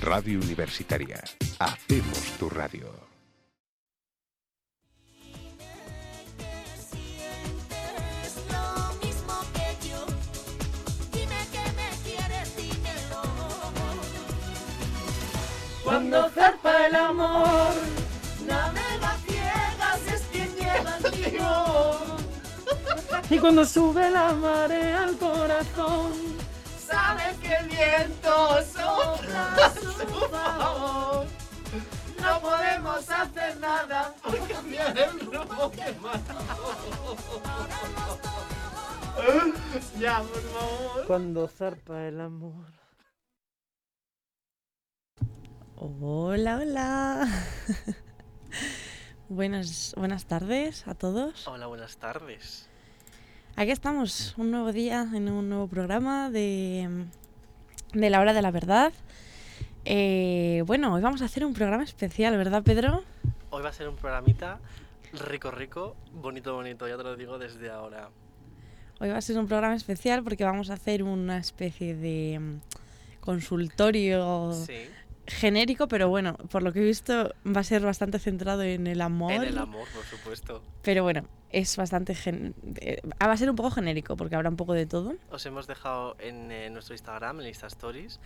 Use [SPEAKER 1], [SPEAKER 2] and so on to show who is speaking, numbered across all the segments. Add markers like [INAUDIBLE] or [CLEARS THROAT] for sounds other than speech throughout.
[SPEAKER 1] Radio Universitaria. Hacemos tu radio.
[SPEAKER 2] Cuando zarpa el amor,
[SPEAKER 3] Navega ciegas es quien lleva el timón.
[SPEAKER 2] y cuando sube la marea al corazón,
[SPEAKER 3] Sabe que el viento sopla a su favor. No podemos hacer nada por cambiar el rumbo que marcó. Ya, por favor.
[SPEAKER 2] cuando zarpa el amor.
[SPEAKER 4] Hola, hola. [LAUGHS] Buenas, buenas tardes a todos.
[SPEAKER 5] Hola, buenas tardes.
[SPEAKER 4] Aquí estamos, un nuevo día en un nuevo programa de, de la hora de la verdad. Eh, bueno, hoy vamos a hacer un programa especial, ¿verdad, Pedro?
[SPEAKER 5] Hoy va a ser un programita rico, rico, bonito, bonito, ya te lo digo desde ahora.
[SPEAKER 4] Hoy va a ser un programa especial porque vamos a hacer una especie de mm, consultorio
[SPEAKER 5] Sí,
[SPEAKER 4] genérico, pero bueno, por lo que he visto va a ser bastante centrado en el amor.
[SPEAKER 5] en el amor, por supuesto.
[SPEAKER 4] Pero bueno, es bastante... gen- eh, va a ser un poco genérico porque habrá un poco de todo.
[SPEAKER 5] Os hemos dejado en eh, nuestro Instagram, en Insta Stories,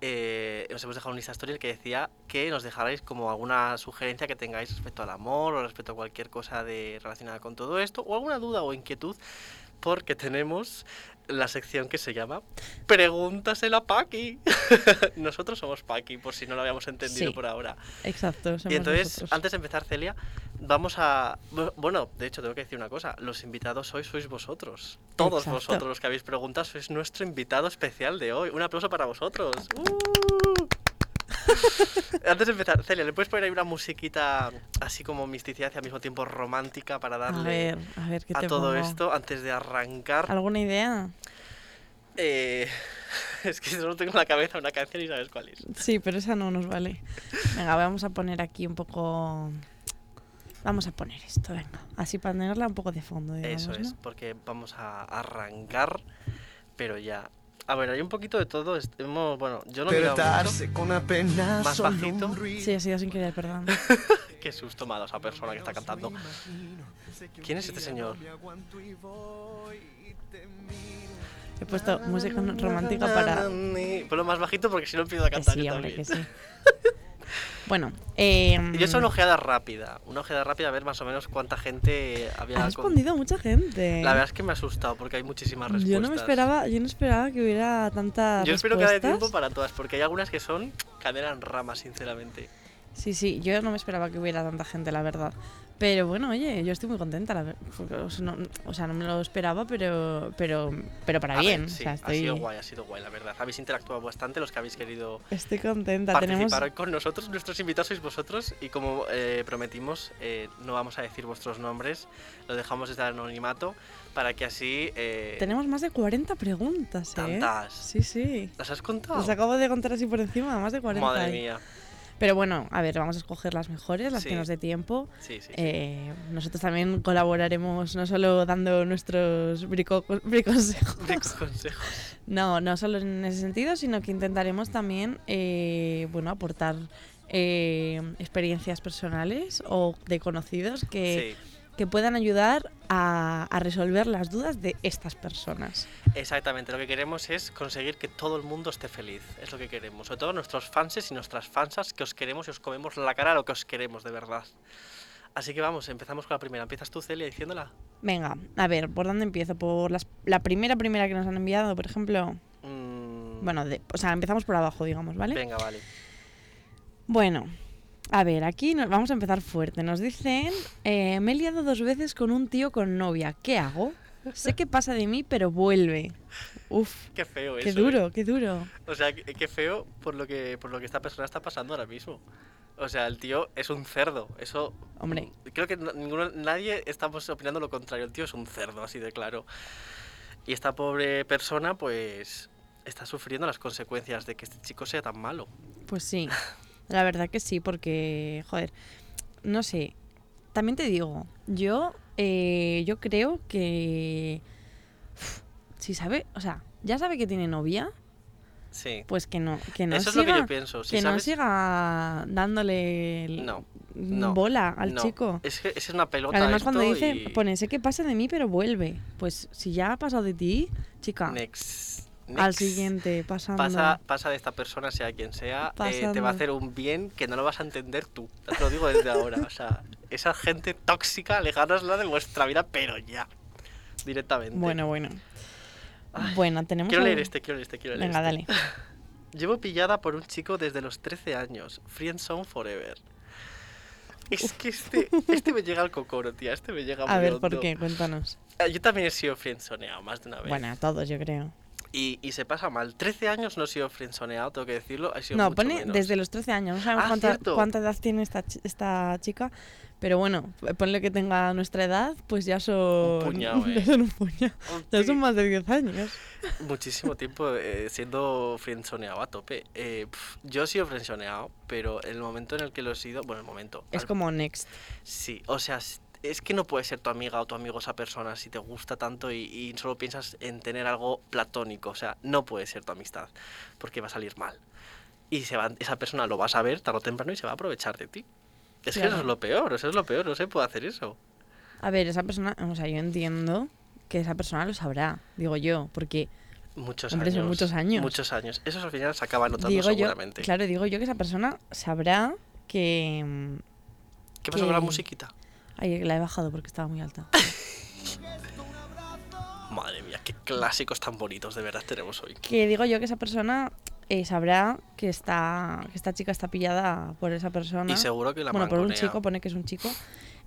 [SPEAKER 5] eh, os hemos dejado un Insta Stories que decía que nos dejarais como alguna sugerencia que tengáis respecto al amor o respecto a cualquier cosa de, relacionada con todo esto, o alguna duda o inquietud, porque tenemos la sección que se llama Pregúntasela a Paqui. [LAUGHS] Nosotros somos Paqui, por si no lo habíamos entendido
[SPEAKER 4] Sí.
[SPEAKER 5] por ahora.
[SPEAKER 4] Exacto, somos
[SPEAKER 5] Y entonces,
[SPEAKER 4] nosotros.
[SPEAKER 5] antes de empezar, Celia, vamos a... bu- Bueno, de hecho, tengo que decir una cosa. Los invitados hoy sois vosotros. Todos
[SPEAKER 4] Exacto.
[SPEAKER 5] vosotros los que habéis preguntado sois nuestro invitado especial de hoy. Un aplauso para
[SPEAKER 4] [LAUGHS]
[SPEAKER 5] vosotros. ¡Uh! antes de empezar, Celia, ¿le puedes poner ahí una musiquita así como misticidad y al mismo tiempo romántica para
[SPEAKER 4] a
[SPEAKER 5] darle
[SPEAKER 4] ver, a ver qué
[SPEAKER 5] a
[SPEAKER 4] te
[SPEAKER 5] todo
[SPEAKER 4] pongo?
[SPEAKER 5] esto antes de arrancar?
[SPEAKER 4] ¿Alguna idea?
[SPEAKER 5] Eh, [LAUGHS] es que solo tengo en la cabeza una canción y sabes cuál es.
[SPEAKER 4] Sí, pero esa no nos vale. Venga, vamos a poner aquí un poco. Vamos a poner esto, venga. Así para tenerla un poco de fondo, digamos,
[SPEAKER 5] Eso
[SPEAKER 4] ¿no?
[SPEAKER 5] es, porque vamos a arrancar, pero ya. A ver, hay un poquito de todo. est- Hemos, bueno, yo no he mirado mucho.
[SPEAKER 6] Despertarse con apenas
[SPEAKER 5] Más
[SPEAKER 6] solo
[SPEAKER 5] bajito.
[SPEAKER 6] un ruido.
[SPEAKER 4] Sí, ha sido sin querer, perdón.
[SPEAKER 5] Qué susto me ha dado esa persona que está cantando. ¿Quién es este señor?
[SPEAKER 4] He [LAUGHS] puesto música no- romántica para.
[SPEAKER 5] Ponlo más bajito porque si no empiezo a
[SPEAKER 4] Que
[SPEAKER 5] cantar
[SPEAKER 4] sí,
[SPEAKER 5] yo
[SPEAKER 4] hombre, que
[SPEAKER 5] también.
[SPEAKER 4] sí. Bueno, eh,
[SPEAKER 5] [LAUGHS] Y eso [LAUGHS] una ojeada rápida. Una ojeada rápida a ver más o menos cuánta gente había.
[SPEAKER 4] ha
[SPEAKER 5] con-
[SPEAKER 4] respondido mucha gente.
[SPEAKER 5] La verdad es que me ha asustado porque hay muchísimas respuestas.
[SPEAKER 4] yo no me esperaba, yo no esperaba que hubiera tanta
[SPEAKER 5] Yo espero que haya
[SPEAKER 4] respuestas.
[SPEAKER 5] tiempo para todas, porque hay algunas que son cadera en rama, sinceramente.
[SPEAKER 4] Sí, sí, yo no me esperaba que hubiera tanta gente, la verdad. Pero bueno, oye, yo estoy muy contenta, la ver- porque, o sea, no, o sea, no me lo esperaba, pero pero pero para
[SPEAKER 5] A ver,
[SPEAKER 4] bien, o
[SPEAKER 5] sí,
[SPEAKER 4] sea,
[SPEAKER 5] ha sido
[SPEAKER 4] estoy,
[SPEAKER 5] guay, ha sido guay, la verdad. Habéis interactuado bastante los que habéis querido
[SPEAKER 4] estoy contenta.
[SPEAKER 5] participar
[SPEAKER 4] Tenemos
[SPEAKER 5] hoy con nosotros. Nuestros invitados sois vosotros y como eh, prometimos, eh, no vamos a decir vuestros nombres, lo dejamos desde el anonimato para que así... eh,
[SPEAKER 4] tenemos más de 40 preguntas, ¿eh?
[SPEAKER 5] Tantas.
[SPEAKER 4] Sí, sí.
[SPEAKER 5] ¿Las has contado?
[SPEAKER 4] Os acabo de contar así por encima, más de 40.
[SPEAKER 5] Madre
[SPEAKER 4] hay.
[SPEAKER 5] mía.
[SPEAKER 4] Pero bueno, a ver, vamos a escoger las mejores, las
[SPEAKER 5] Sí.
[SPEAKER 4] que nos dé tiempo.
[SPEAKER 5] Sí, sí. sí. [LAUGHS]
[SPEAKER 4] Eh, nosotros también colaboraremos, no solo dando nuestros brico- [LAUGHS] briconsejos.
[SPEAKER 5] De consejos.
[SPEAKER 4] No, no solo en ese sentido, sino que intentaremos también eh, bueno, aportar eh, experiencias personales o de conocidos que,
[SPEAKER 5] Sí,
[SPEAKER 4] que puedan ayudar a, a resolver las dudas de estas personas.
[SPEAKER 5] exactamente. Lo que queremos es conseguir que todo el mundo esté feliz. Es lo que queremos. Sobre todo nuestros fanses y nuestras fansas que os queremos y os comemos la cara a lo que os queremos, de verdad. Así que vamos, empezamos con la primera. ¿Empiezas tú, Celia, diciéndola?
[SPEAKER 4] Venga, a ver, ¿por dónde empiezo? ¿Por las- la primera primera que nos han enviado, por ejemplo?
[SPEAKER 5] Mm,
[SPEAKER 4] Bueno, de- o sea, empezamos por abajo, digamos, ¿vale?
[SPEAKER 5] Venga, vale.
[SPEAKER 4] Bueno, a ver, aquí nos, vamos a empezar fuerte. Nos dicen, eh, me he liado dos veces con un tío con novia. ¿Qué hago? Sé que pasa de mí, pero vuelve. Uf,
[SPEAKER 5] Qué feo
[SPEAKER 4] qué
[SPEAKER 5] eso. ¿eh?
[SPEAKER 4] duro, qué duro.
[SPEAKER 5] O sea, qué, qué feo por lo que por lo que esta persona está pasando ahora mismo. O sea, el tío es un cerdo. Eso.
[SPEAKER 4] Hombre.
[SPEAKER 5] Creo que no- ninguno, nadie estamos opinando lo contrario. El tío es un cerdo, así de claro. Y esta pobre persona, pues. Está sufriendo las consecuencias de que este chico sea tan malo.
[SPEAKER 4] Pues sí, la verdad que sí, porque, joder, no sé. También te digo, yo, eh, yo creo que... uf, Si sabe, o sea, ya sabe que tiene novia,
[SPEAKER 5] Sí.
[SPEAKER 4] pues que no, que no
[SPEAKER 5] Eso es
[SPEAKER 4] siga,
[SPEAKER 5] lo que yo pienso. Si
[SPEAKER 4] que no
[SPEAKER 5] sabes-
[SPEAKER 4] siga dándole el-
[SPEAKER 5] No, no,
[SPEAKER 4] Mm, bola al
[SPEAKER 5] no.
[SPEAKER 4] chico.
[SPEAKER 5] Es que es una pelota.
[SPEAKER 4] Además, cuando
[SPEAKER 5] esto
[SPEAKER 4] dice,
[SPEAKER 5] y-
[SPEAKER 4] pone, sé que pasa de mí, pero vuelve. Pues si ya ha pasado de ti, chica,
[SPEAKER 5] Next,
[SPEAKER 4] al
[SPEAKER 5] next.
[SPEAKER 4] siguiente, pasando.
[SPEAKER 5] Pasa, pasa de esta persona, sea quien sea, eh, te va
[SPEAKER 4] Pasando.
[SPEAKER 5] a hacer un bien que no lo vas a entender tú. Te lo digo desde ahora. O sea, esa gente tóxica, alejárosla de vuestra vida, pero ya. Directamente.
[SPEAKER 4] Bueno, bueno.
[SPEAKER 5] Ay,
[SPEAKER 4] bueno, tenemos.
[SPEAKER 5] Quiero leer
[SPEAKER 4] algo-
[SPEAKER 5] este, quiero leer este, quiero leer
[SPEAKER 4] Venga,
[SPEAKER 5] este.
[SPEAKER 4] dale.
[SPEAKER 5] [LAUGHS] Llevo pillada por un chico desde los 13 años. Friendzone forever. Es que este, este me llega al cocoro, tía. Este me llega
[SPEAKER 4] A
[SPEAKER 5] muy
[SPEAKER 4] ver, ¿por
[SPEAKER 5] hondo.
[SPEAKER 4] qué? Cuéntanos.
[SPEAKER 5] Eh, Yo también he sido friendzoneado más de una vez.
[SPEAKER 4] Bueno, a todos, yo creo.
[SPEAKER 5] Y, y se pasa mal. 13 años no he sido friendzoneado, tengo que decirlo. He sido
[SPEAKER 4] No,
[SPEAKER 5] mucho
[SPEAKER 4] pone
[SPEAKER 5] menos.
[SPEAKER 4] desde los 13 años. No sabemos
[SPEAKER 5] Ah,
[SPEAKER 4] cuánta,
[SPEAKER 5] cierto.
[SPEAKER 4] cuánta edad tiene esta, chi- esta chica, pero bueno, ponle que tenga nuestra edad, pues ya son.
[SPEAKER 5] puñado,
[SPEAKER 4] [LAUGHS] ya
[SPEAKER 5] eh.
[SPEAKER 4] son un puñado. Ya son más de 10 años.
[SPEAKER 5] Muchísimo tiempo eh, siendo friendzoneado a tope. Eh, pf, yo he sido friendzoneado, pero el momento en el que lo he sido. Bueno, el momento.
[SPEAKER 4] Es
[SPEAKER 5] al-
[SPEAKER 4] como Next.
[SPEAKER 5] Sí, o sea, s- es que no puede ser tu amiga o tu amigo esa persona si te gusta tanto y, y solo piensas en tener algo platónico. O sea, no puede ser tu amistad, porque va a salir mal. Y se va, esa persona lo va a saber tarde o temprano y se va a aprovechar de ti. Es que eso
[SPEAKER 4] Claro.
[SPEAKER 5] es lo peor, eso es lo peor, no se puede hacer eso.
[SPEAKER 4] A ver, esa persona, o sea, yo entiendo que esa persona lo sabrá, digo yo, porque
[SPEAKER 5] Muchos
[SPEAKER 4] Hombre, son
[SPEAKER 5] años.
[SPEAKER 4] muchos años.
[SPEAKER 5] Muchos años. Eso al final se acaba notando
[SPEAKER 4] digo yo,
[SPEAKER 5] seguramente.
[SPEAKER 4] claro, digo yo que esa persona sabrá que mm,
[SPEAKER 5] ¿Qué pasa con la
[SPEAKER 4] que-
[SPEAKER 5] musiquita?
[SPEAKER 4] ay, la he bajado porque estaba muy
[SPEAKER 5] [LAUGHS]
[SPEAKER 4] alta.
[SPEAKER 5] Madre mía, qué clásicos tan bonitos de verdad tenemos hoy.
[SPEAKER 4] Que digo yo que esa persona eh, sabrá que está que esta chica está pillada por esa persona.
[SPEAKER 5] Y seguro que la
[SPEAKER 4] bueno, por un
[SPEAKER 5] mangonea.
[SPEAKER 4] chico, pone que es un chico.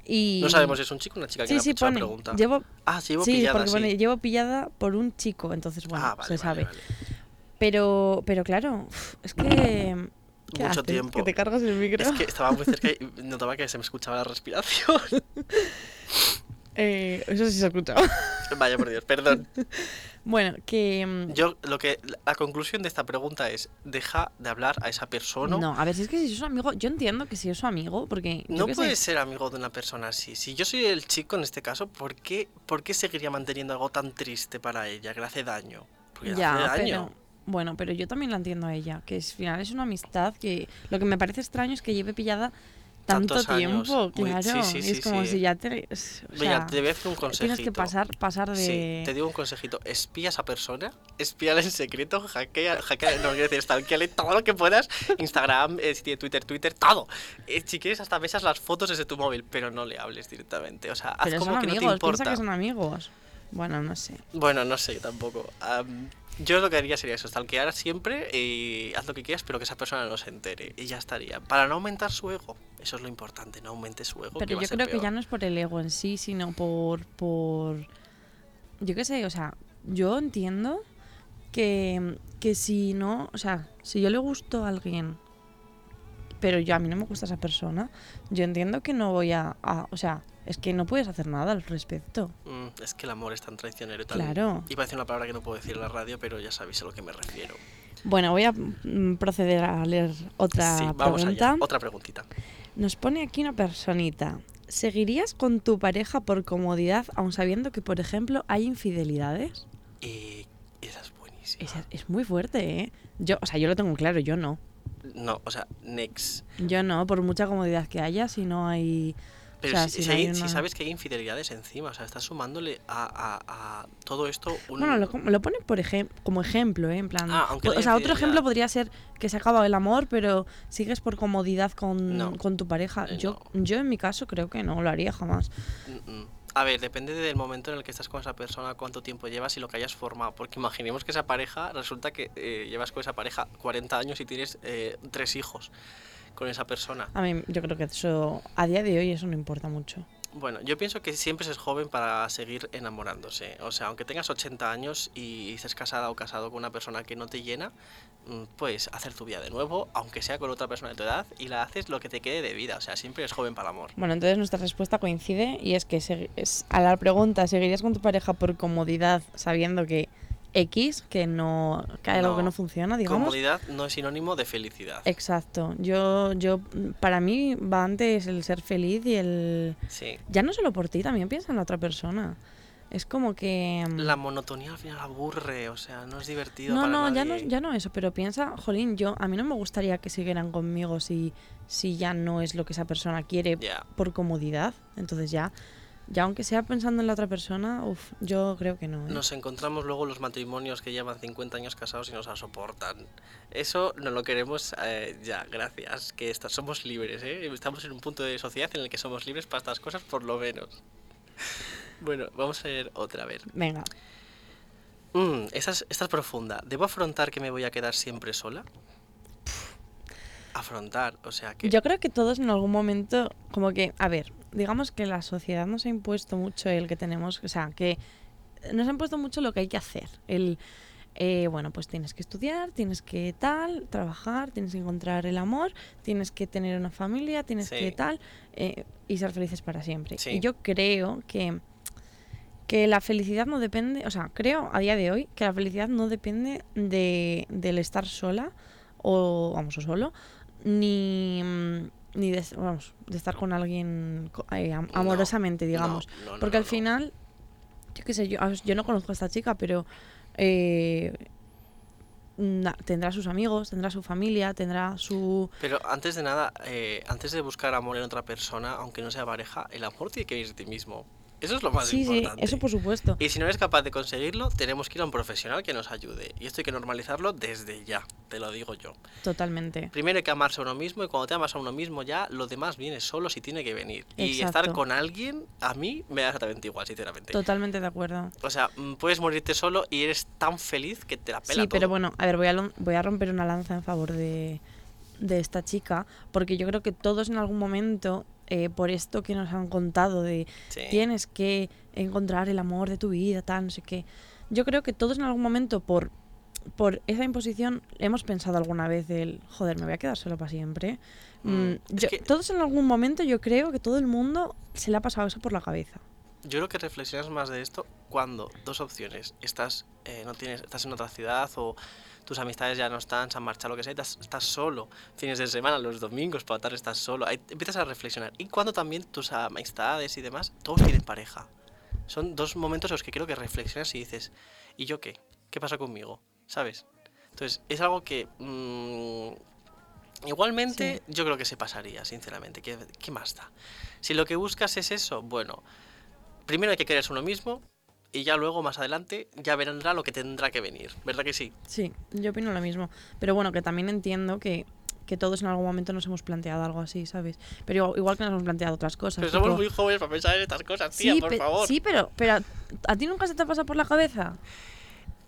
[SPEAKER 4] Y
[SPEAKER 5] No sabemos si es un chico o una chica que
[SPEAKER 4] Sí,
[SPEAKER 5] me ha
[SPEAKER 4] sí,
[SPEAKER 5] hecho la
[SPEAKER 4] pone.
[SPEAKER 5] pregunta.
[SPEAKER 4] Llevo,
[SPEAKER 5] Ah, sí, llevo
[SPEAKER 4] sí,
[SPEAKER 5] pillada,
[SPEAKER 4] porque
[SPEAKER 5] sí.
[SPEAKER 4] pone, llevo pillada por un chico, entonces bueno,
[SPEAKER 5] Ah, vale,
[SPEAKER 4] se sabe.
[SPEAKER 5] vale, vale.
[SPEAKER 4] Pero pero claro, uf, es que ¿qué
[SPEAKER 5] Mucho
[SPEAKER 4] haces?
[SPEAKER 5] tiempo.
[SPEAKER 4] Que te cargas el micro.
[SPEAKER 5] Es que estaba muy cerca y notaba que se me escuchaba la respiración. [LAUGHS]
[SPEAKER 4] Eh, eso sí se escucha.
[SPEAKER 5] Vaya por Dios, perdón.
[SPEAKER 4] [LAUGHS] bueno, que mm,
[SPEAKER 5] Yo lo que la conclusión de esta pregunta es deja de hablar a esa persona.
[SPEAKER 4] no, a ver, si es que si es su amigo, yo entiendo que si es su amigo, porque yo
[SPEAKER 5] No
[SPEAKER 4] qué sé.
[SPEAKER 5] puedes ser amigo de una persona así. Si yo soy el chico en este caso, ¿por qué, por qué seguiría manteniendo algo tan triste para ella? Que le hace daño. Porque le hace
[SPEAKER 4] Ya,
[SPEAKER 5] daño.
[SPEAKER 4] pero bueno, pero yo también la entiendo a ella, que es, al final es una amistad que lo que me parece extraño es que lleve pillada tanto
[SPEAKER 5] Tantos años,
[SPEAKER 4] tiempo,
[SPEAKER 5] muy- sí,
[SPEAKER 4] claro,
[SPEAKER 5] sí,
[SPEAKER 4] y
[SPEAKER 5] sí,
[SPEAKER 4] es como
[SPEAKER 5] sí.
[SPEAKER 4] si ya te, es- o
[SPEAKER 5] Venga,
[SPEAKER 4] sea,
[SPEAKER 5] te voy a hacer un consejito.
[SPEAKER 4] tienes que pasar pasar de
[SPEAKER 5] Sí, te digo un consejito. Espía a esa persona, espíala en secreto, hackea, hackea no quiero decir, stalkeale todo lo que puedas. Instagram, eh, si tiene Twitter, Twitter, todo. Eh, si quieres, hasta besas las fotos desde tu móvil, pero no le hables directamente. O sea, haz
[SPEAKER 4] pero
[SPEAKER 5] como
[SPEAKER 4] son
[SPEAKER 5] que
[SPEAKER 4] amigos,
[SPEAKER 5] no te
[SPEAKER 4] piensa
[SPEAKER 5] importa.
[SPEAKER 4] que son amigos. Bueno, no sé.
[SPEAKER 5] Bueno, no sé, yo tampoco. Am, yo lo que haría sería eso, stalkear siempre y haz lo que quieras, pero que esa persona no se entere. Y ya estaría. Para no aumentar su ego. Eso es lo importante, no aumente su ego. que
[SPEAKER 4] Pero
[SPEAKER 5] va a
[SPEAKER 4] yo
[SPEAKER 5] ser
[SPEAKER 4] creo que
[SPEAKER 5] peor.
[SPEAKER 4] ya no es por el ego en sí, sino por. por yo qué sé, o sea, yo entiendo que, que si no. O sea, si yo le gusto a alguien, pero yo a mí no me gusta esa persona, yo entiendo que no voy a. a- o sea, es que no puedes hacer nada al respecto.
[SPEAKER 5] Mm, es que el amor es tan traicionero y tan...
[SPEAKER 4] Claro.
[SPEAKER 5] Iba a decir una palabra que no puedo decir en la radio, pero ya sabéis a lo que me refiero.
[SPEAKER 4] Bueno, voy a mm, proceder a leer otra
[SPEAKER 5] sí, vamos
[SPEAKER 4] pregunta.
[SPEAKER 5] allá. Otra preguntita.
[SPEAKER 4] Nos pone aquí una personita. ¿Seguirías con tu pareja por comodidad, aun sabiendo que, por ejemplo, hay infidelidades?
[SPEAKER 5] Y esa es buenísima.
[SPEAKER 4] Esa- Es, muy fuerte, ¿eh? Yo, o sea, yo lo tengo claro, yo no.
[SPEAKER 5] No, o sea, next.
[SPEAKER 4] Yo no, por mucha comodidad que haya, si no hay... o
[SPEAKER 5] Pero
[SPEAKER 4] sea,
[SPEAKER 5] si, si
[SPEAKER 4] no hay
[SPEAKER 5] hay- si
[SPEAKER 4] una-
[SPEAKER 5] sabes que hay infidelidades encima, o sea, estás sumándole a, a- a todo esto un...
[SPEAKER 4] Bueno, lo, lo ponen por ejem- como ejemplo, ¿eh? En plan...
[SPEAKER 5] Ah, aunque
[SPEAKER 4] o,
[SPEAKER 5] no haya
[SPEAKER 4] sea, otro
[SPEAKER 5] infidelidad.
[SPEAKER 4] ejemplo podría ser que se ha acabado el amor, pero sigues por comodidad con,
[SPEAKER 5] No.
[SPEAKER 4] con tu pareja.
[SPEAKER 5] Eh,
[SPEAKER 4] yo, yo en mi caso creo que no lo haría jamás.
[SPEAKER 5] Mm, mm. A ver, depende del momento en el que estás con esa persona, cuánto tiempo llevas y lo que hayas formado. Porque imaginemos que esa pareja, resulta que eh, llevas con esa pareja 40 años y tienes eh, tres hijos con esa persona.
[SPEAKER 4] A mí yo creo que eso, a día de hoy, eso no importa mucho.
[SPEAKER 5] Bueno, yo pienso que siempre se es joven para seguir enamorándose. O sea, aunque tengas 80 años y estés casada o casado con una persona que no te llena, mm, puedes hacer tu vida de nuevo, aunque sea con otra persona de tu edad, y la haces lo que te quede de vida. O sea, siempre es joven para el amor.
[SPEAKER 4] Bueno, entonces nuestra respuesta coincide y es que segui- es- a la pregunta, ¿seguirías con tu pareja por comodidad sabiendo que X, que no que hay algo que
[SPEAKER 5] No.
[SPEAKER 4] no funciona, digamos?
[SPEAKER 5] Comodidad no es sinónimo de felicidad.
[SPEAKER 4] Exacto. Yo, yo, para mí va antes el ser feliz y el...
[SPEAKER 5] Sí.
[SPEAKER 4] Ya no solo por ti, también piensa en la otra persona. Es como que... mm,
[SPEAKER 5] La monotonía al final aburre, o sea, no es divertido.
[SPEAKER 4] No,
[SPEAKER 5] para
[SPEAKER 4] no ya, no,
[SPEAKER 5] nadie.
[SPEAKER 4] ya no eso, pero piensa, jolín, yo a mí no me gustaría que siguieran conmigo si, si ya no es lo que esa persona quiere
[SPEAKER 5] Ya.
[SPEAKER 4] por comodidad. Entonces ya, ya aunque sea pensando en la otra persona, uf, yo creo que no. ¿eh?
[SPEAKER 5] Nos encontramos luego los matrimonios que llevan 50 años casados y nos soportan. Eso no lo queremos eh, ya, gracias. Que esta- somos libres, ¿eh? Estamos en un punto de sociedad en el que somos libres para estas cosas, por lo menos. Bueno, vamos a ver otra vez.
[SPEAKER 4] Venga,
[SPEAKER 5] Mm, esta, es, esta es profunda. ¿Debo afrontar que me voy a quedar siempre sola? Afrontar, o sea que.
[SPEAKER 4] yo creo que todos en algún momento, como que, a ver, digamos que la sociedad nos ha impuesto mucho el que tenemos, o sea, que nos ha impuesto mucho lo que hay que hacer. El, eh, bueno, pues tienes que estudiar, tienes que tal, trabajar, tienes que encontrar el amor, tienes que tener una familia, tienes
[SPEAKER 5] Sí.
[SPEAKER 4] que tal, eh, y ser felices para siempre.
[SPEAKER 5] Sí.
[SPEAKER 4] Y yo creo que, que la felicidad no depende, o sea, creo a día de hoy que la felicidad no depende de, del estar sola o, vamos, o solo, ni... mm, ni de, vamos, de estar con alguien co- eh, am-
[SPEAKER 5] No,
[SPEAKER 4] amorosamente,
[SPEAKER 5] no,
[SPEAKER 4] digamos.
[SPEAKER 5] no, no,
[SPEAKER 4] Porque
[SPEAKER 5] no,
[SPEAKER 4] al
[SPEAKER 5] no.
[SPEAKER 4] final, yo qué sé, yo, a- yo no conozco a esta chica, pero eh, na- tendrá sus amigos, tendrá su familia, tendrá su...
[SPEAKER 5] Pero antes de nada, eh, antes de buscar amor en otra persona, aunque no sea pareja, el amor tiene que venir de ti mismo. Eso es lo más
[SPEAKER 4] sí, sí,
[SPEAKER 5] importante.
[SPEAKER 4] eso por supuesto.
[SPEAKER 5] Y si no eres capaz de conseguirlo, tenemos que ir a un profesional que nos ayude. Y esto hay que normalizarlo desde ya, te lo digo yo.
[SPEAKER 4] Totalmente.
[SPEAKER 5] Primero hay que amarse a uno mismo y cuando te amas a uno mismo ya, lo demás viene solo si tiene que venir. Y estar
[SPEAKER 4] Exacto.
[SPEAKER 5] con alguien, a mí me da exactamente igual, sinceramente.
[SPEAKER 4] Totalmente de acuerdo.
[SPEAKER 5] O sea, mm, puedes morirte solo y eres tan feliz que te la pela
[SPEAKER 4] Sí, pero
[SPEAKER 5] todo.
[SPEAKER 4] bueno, a ver, voy a, lon- voy a romper una lanza en favor de, de esta chica, porque yo creo que todos en algún momento, eh, por esto que nos han contado de
[SPEAKER 5] Sí.
[SPEAKER 4] tienes que encontrar el amor de tu vida, tal, no sé qué. Yo creo que todos en algún momento, por, por esa imposición, hemos pensado alguna vez el, joder, me voy a quedar solo para siempre. Mm,
[SPEAKER 5] Mm, es
[SPEAKER 4] yo-
[SPEAKER 5] que-
[SPEAKER 4] Todos en algún momento, yo creo que todo el mundo se le ha pasado eso por la cabeza.
[SPEAKER 5] Yo creo que reflexionas más de esto cuando dos opciones. Estás, eh, no tienes, estás en otra ciudad o tus amistades ya no están, se han marchado, lo que sea, y estás, estás solo. Fines de semana, los domingos, para tarde estás solo. Ahí te empiezas a reflexionar. Y cuando también tus amistades y demás, todos tienen pareja. Son dos momentos en los que creo que reflexionas y dices, ¿y yo qué? ¿Qué pasa conmigo? ¿Sabes? Entonces, es algo que... mm, igualmente, yo creo que se pasaría, sinceramente. ¿Qué, ¿Qué más da? Si lo que buscas es eso, bueno, primero hay que quererse uno mismo y ya luego, más adelante, ya vendrá lo que tendrá que venir. ¿Verdad que sí?
[SPEAKER 4] Sí, yo opino lo mismo. Pero bueno, que también entiendo que, que todos en algún momento nos hemos planteado algo así, ¿sabes? Pero igual, igual que nos hemos planteado otras cosas.
[SPEAKER 5] Pero somos
[SPEAKER 4] tipo,
[SPEAKER 5] muy jóvenes para pensar en estas cosas, tía,
[SPEAKER 4] sí,
[SPEAKER 5] por
[SPEAKER 4] pe-
[SPEAKER 5] favor.
[SPEAKER 4] sí, pero, pero ¿a- ¿a ti nunca se te ha pasado por la cabeza?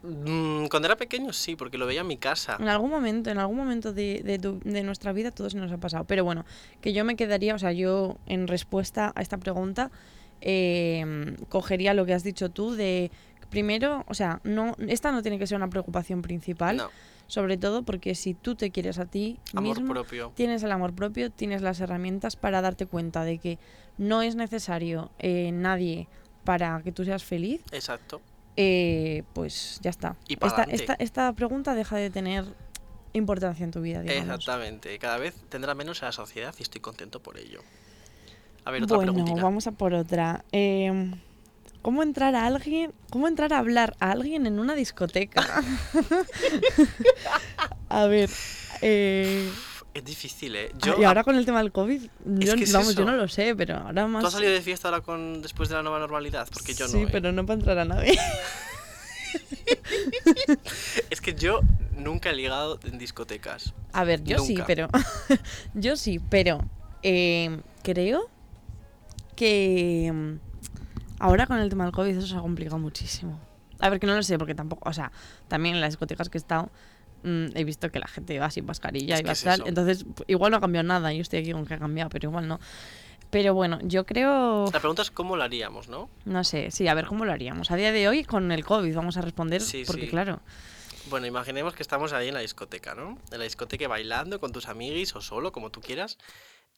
[SPEAKER 5] Mm, cuando era pequeño sí, porque lo veía en mi casa.
[SPEAKER 4] En algún momento, en algún momento de, de tu- de nuestra vida todo se nos ha pasado. Pero bueno, que yo me quedaría, o sea, yo en respuesta a esta pregunta eh, cogería lo que has dicho tú de primero, o sea, no, esta no tiene que ser una preocupación principal,
[SPEAKER 5] No,
[SPEAKER 4] sobre todo porque si tú te quieres a ti
[SPEAKER 5] amor
[SPEAKER 4] mismo,
[SPEAKER 5] propio.
[SPEAKER 4] tienes el amor propio, tienes las herramientas para darte cuenta de que no es necesario eh, nadie para que tú seas feliz,
[SPEAKER 5] Exacto.
[SPEAKER 4] eh, pues ya está.
[SPEAKER 5] Y pa'
[SPEAKER 4] esta,
[SPEAKER 5] adelante.
[SPEAKER 4] esta, esta pregunta deja de tener importancia en tu vida, digamos.
[SPEAKER 5] Exactamente. Cada vez tendrá menos a la sociedad y estoy contento por ello. A ver, otra
[SPEAKER 4] bueno,
[SPEAKER 5] preguntita.
[SPEAKER 4] vamos a por otra. Eh, ¿Cómo entrar a alguien, cómo entrar a hablar a alguien en una
[SPEAKER 5] [LAUGHS]
[SPEAKER 4] discoteca? a ver, eh,
[SPEAKER 5] Es difícil, ¿eh? Yo,
[SPEAKER 4] y ahora con el tema del COVID, yo,
[SPEAKER 5] que es
[SPEAKER 4] vamos, yo
[SPEAKER 5] eso.
[SPEAKER 4] no lo sé, pero ahora más...
[SPEAKER 5] ¿Tú has salido de fiesta ahora con después de la nueva normalidad? Porque yo no.
[SPEAKER 4] Sí,
[SPEAKER 5] ¿eh?
[SPEAKER 4] pero no para entrar a nadie.
[SPEAKER 5] Es que yo nunca he ligado en discotecas.
[SPEAKER 4] A ver, yo sí,
[SPEAKER 5] Nunca.
[SPEAKER 4] pero. [LAUGHS] yo sí, pero. eh, creo que. mm, Ahora con el tema del COVID eso se ha complicado muchísimo. A ver, que no lo sé, porque tampoco. O sea, también en las discotecas que he estado. mm, he visto que la gente va sin mascarilla
[SPEAKER 5] Es
[SPEAKER 4] y
[SPEAKER 5] que
[SPEAKER 4] va
[SPEAKER 5] es
[SPEAKER 4] tal.
[SPEAKER 5] eso.
[SPEAKER 4] Entonces, p- igual no ha cambiado nada. Yo estoy aquí con que ha cambiado, pero igual no. Pero bueno, yo creo.
[SPEAKER 5] La pregunta es cómo lo haríamos, ¿no?
[SPEAKER 4] No sé, sí, a ver cómo lo haríamos. A día de hoy, con el COVID, vamos a responder.
[SPEAKER 5] Sí,
[SPEAKER 4] porque,
[SPEAKER 5] sí.
[SPEAKER 4] claro.
[SPEAKER 5] Bueno, imaginemos que estamos ahí en la discoteca, ¿no? En la discoteca bailando con tus amiguis o solo, como tú quieras,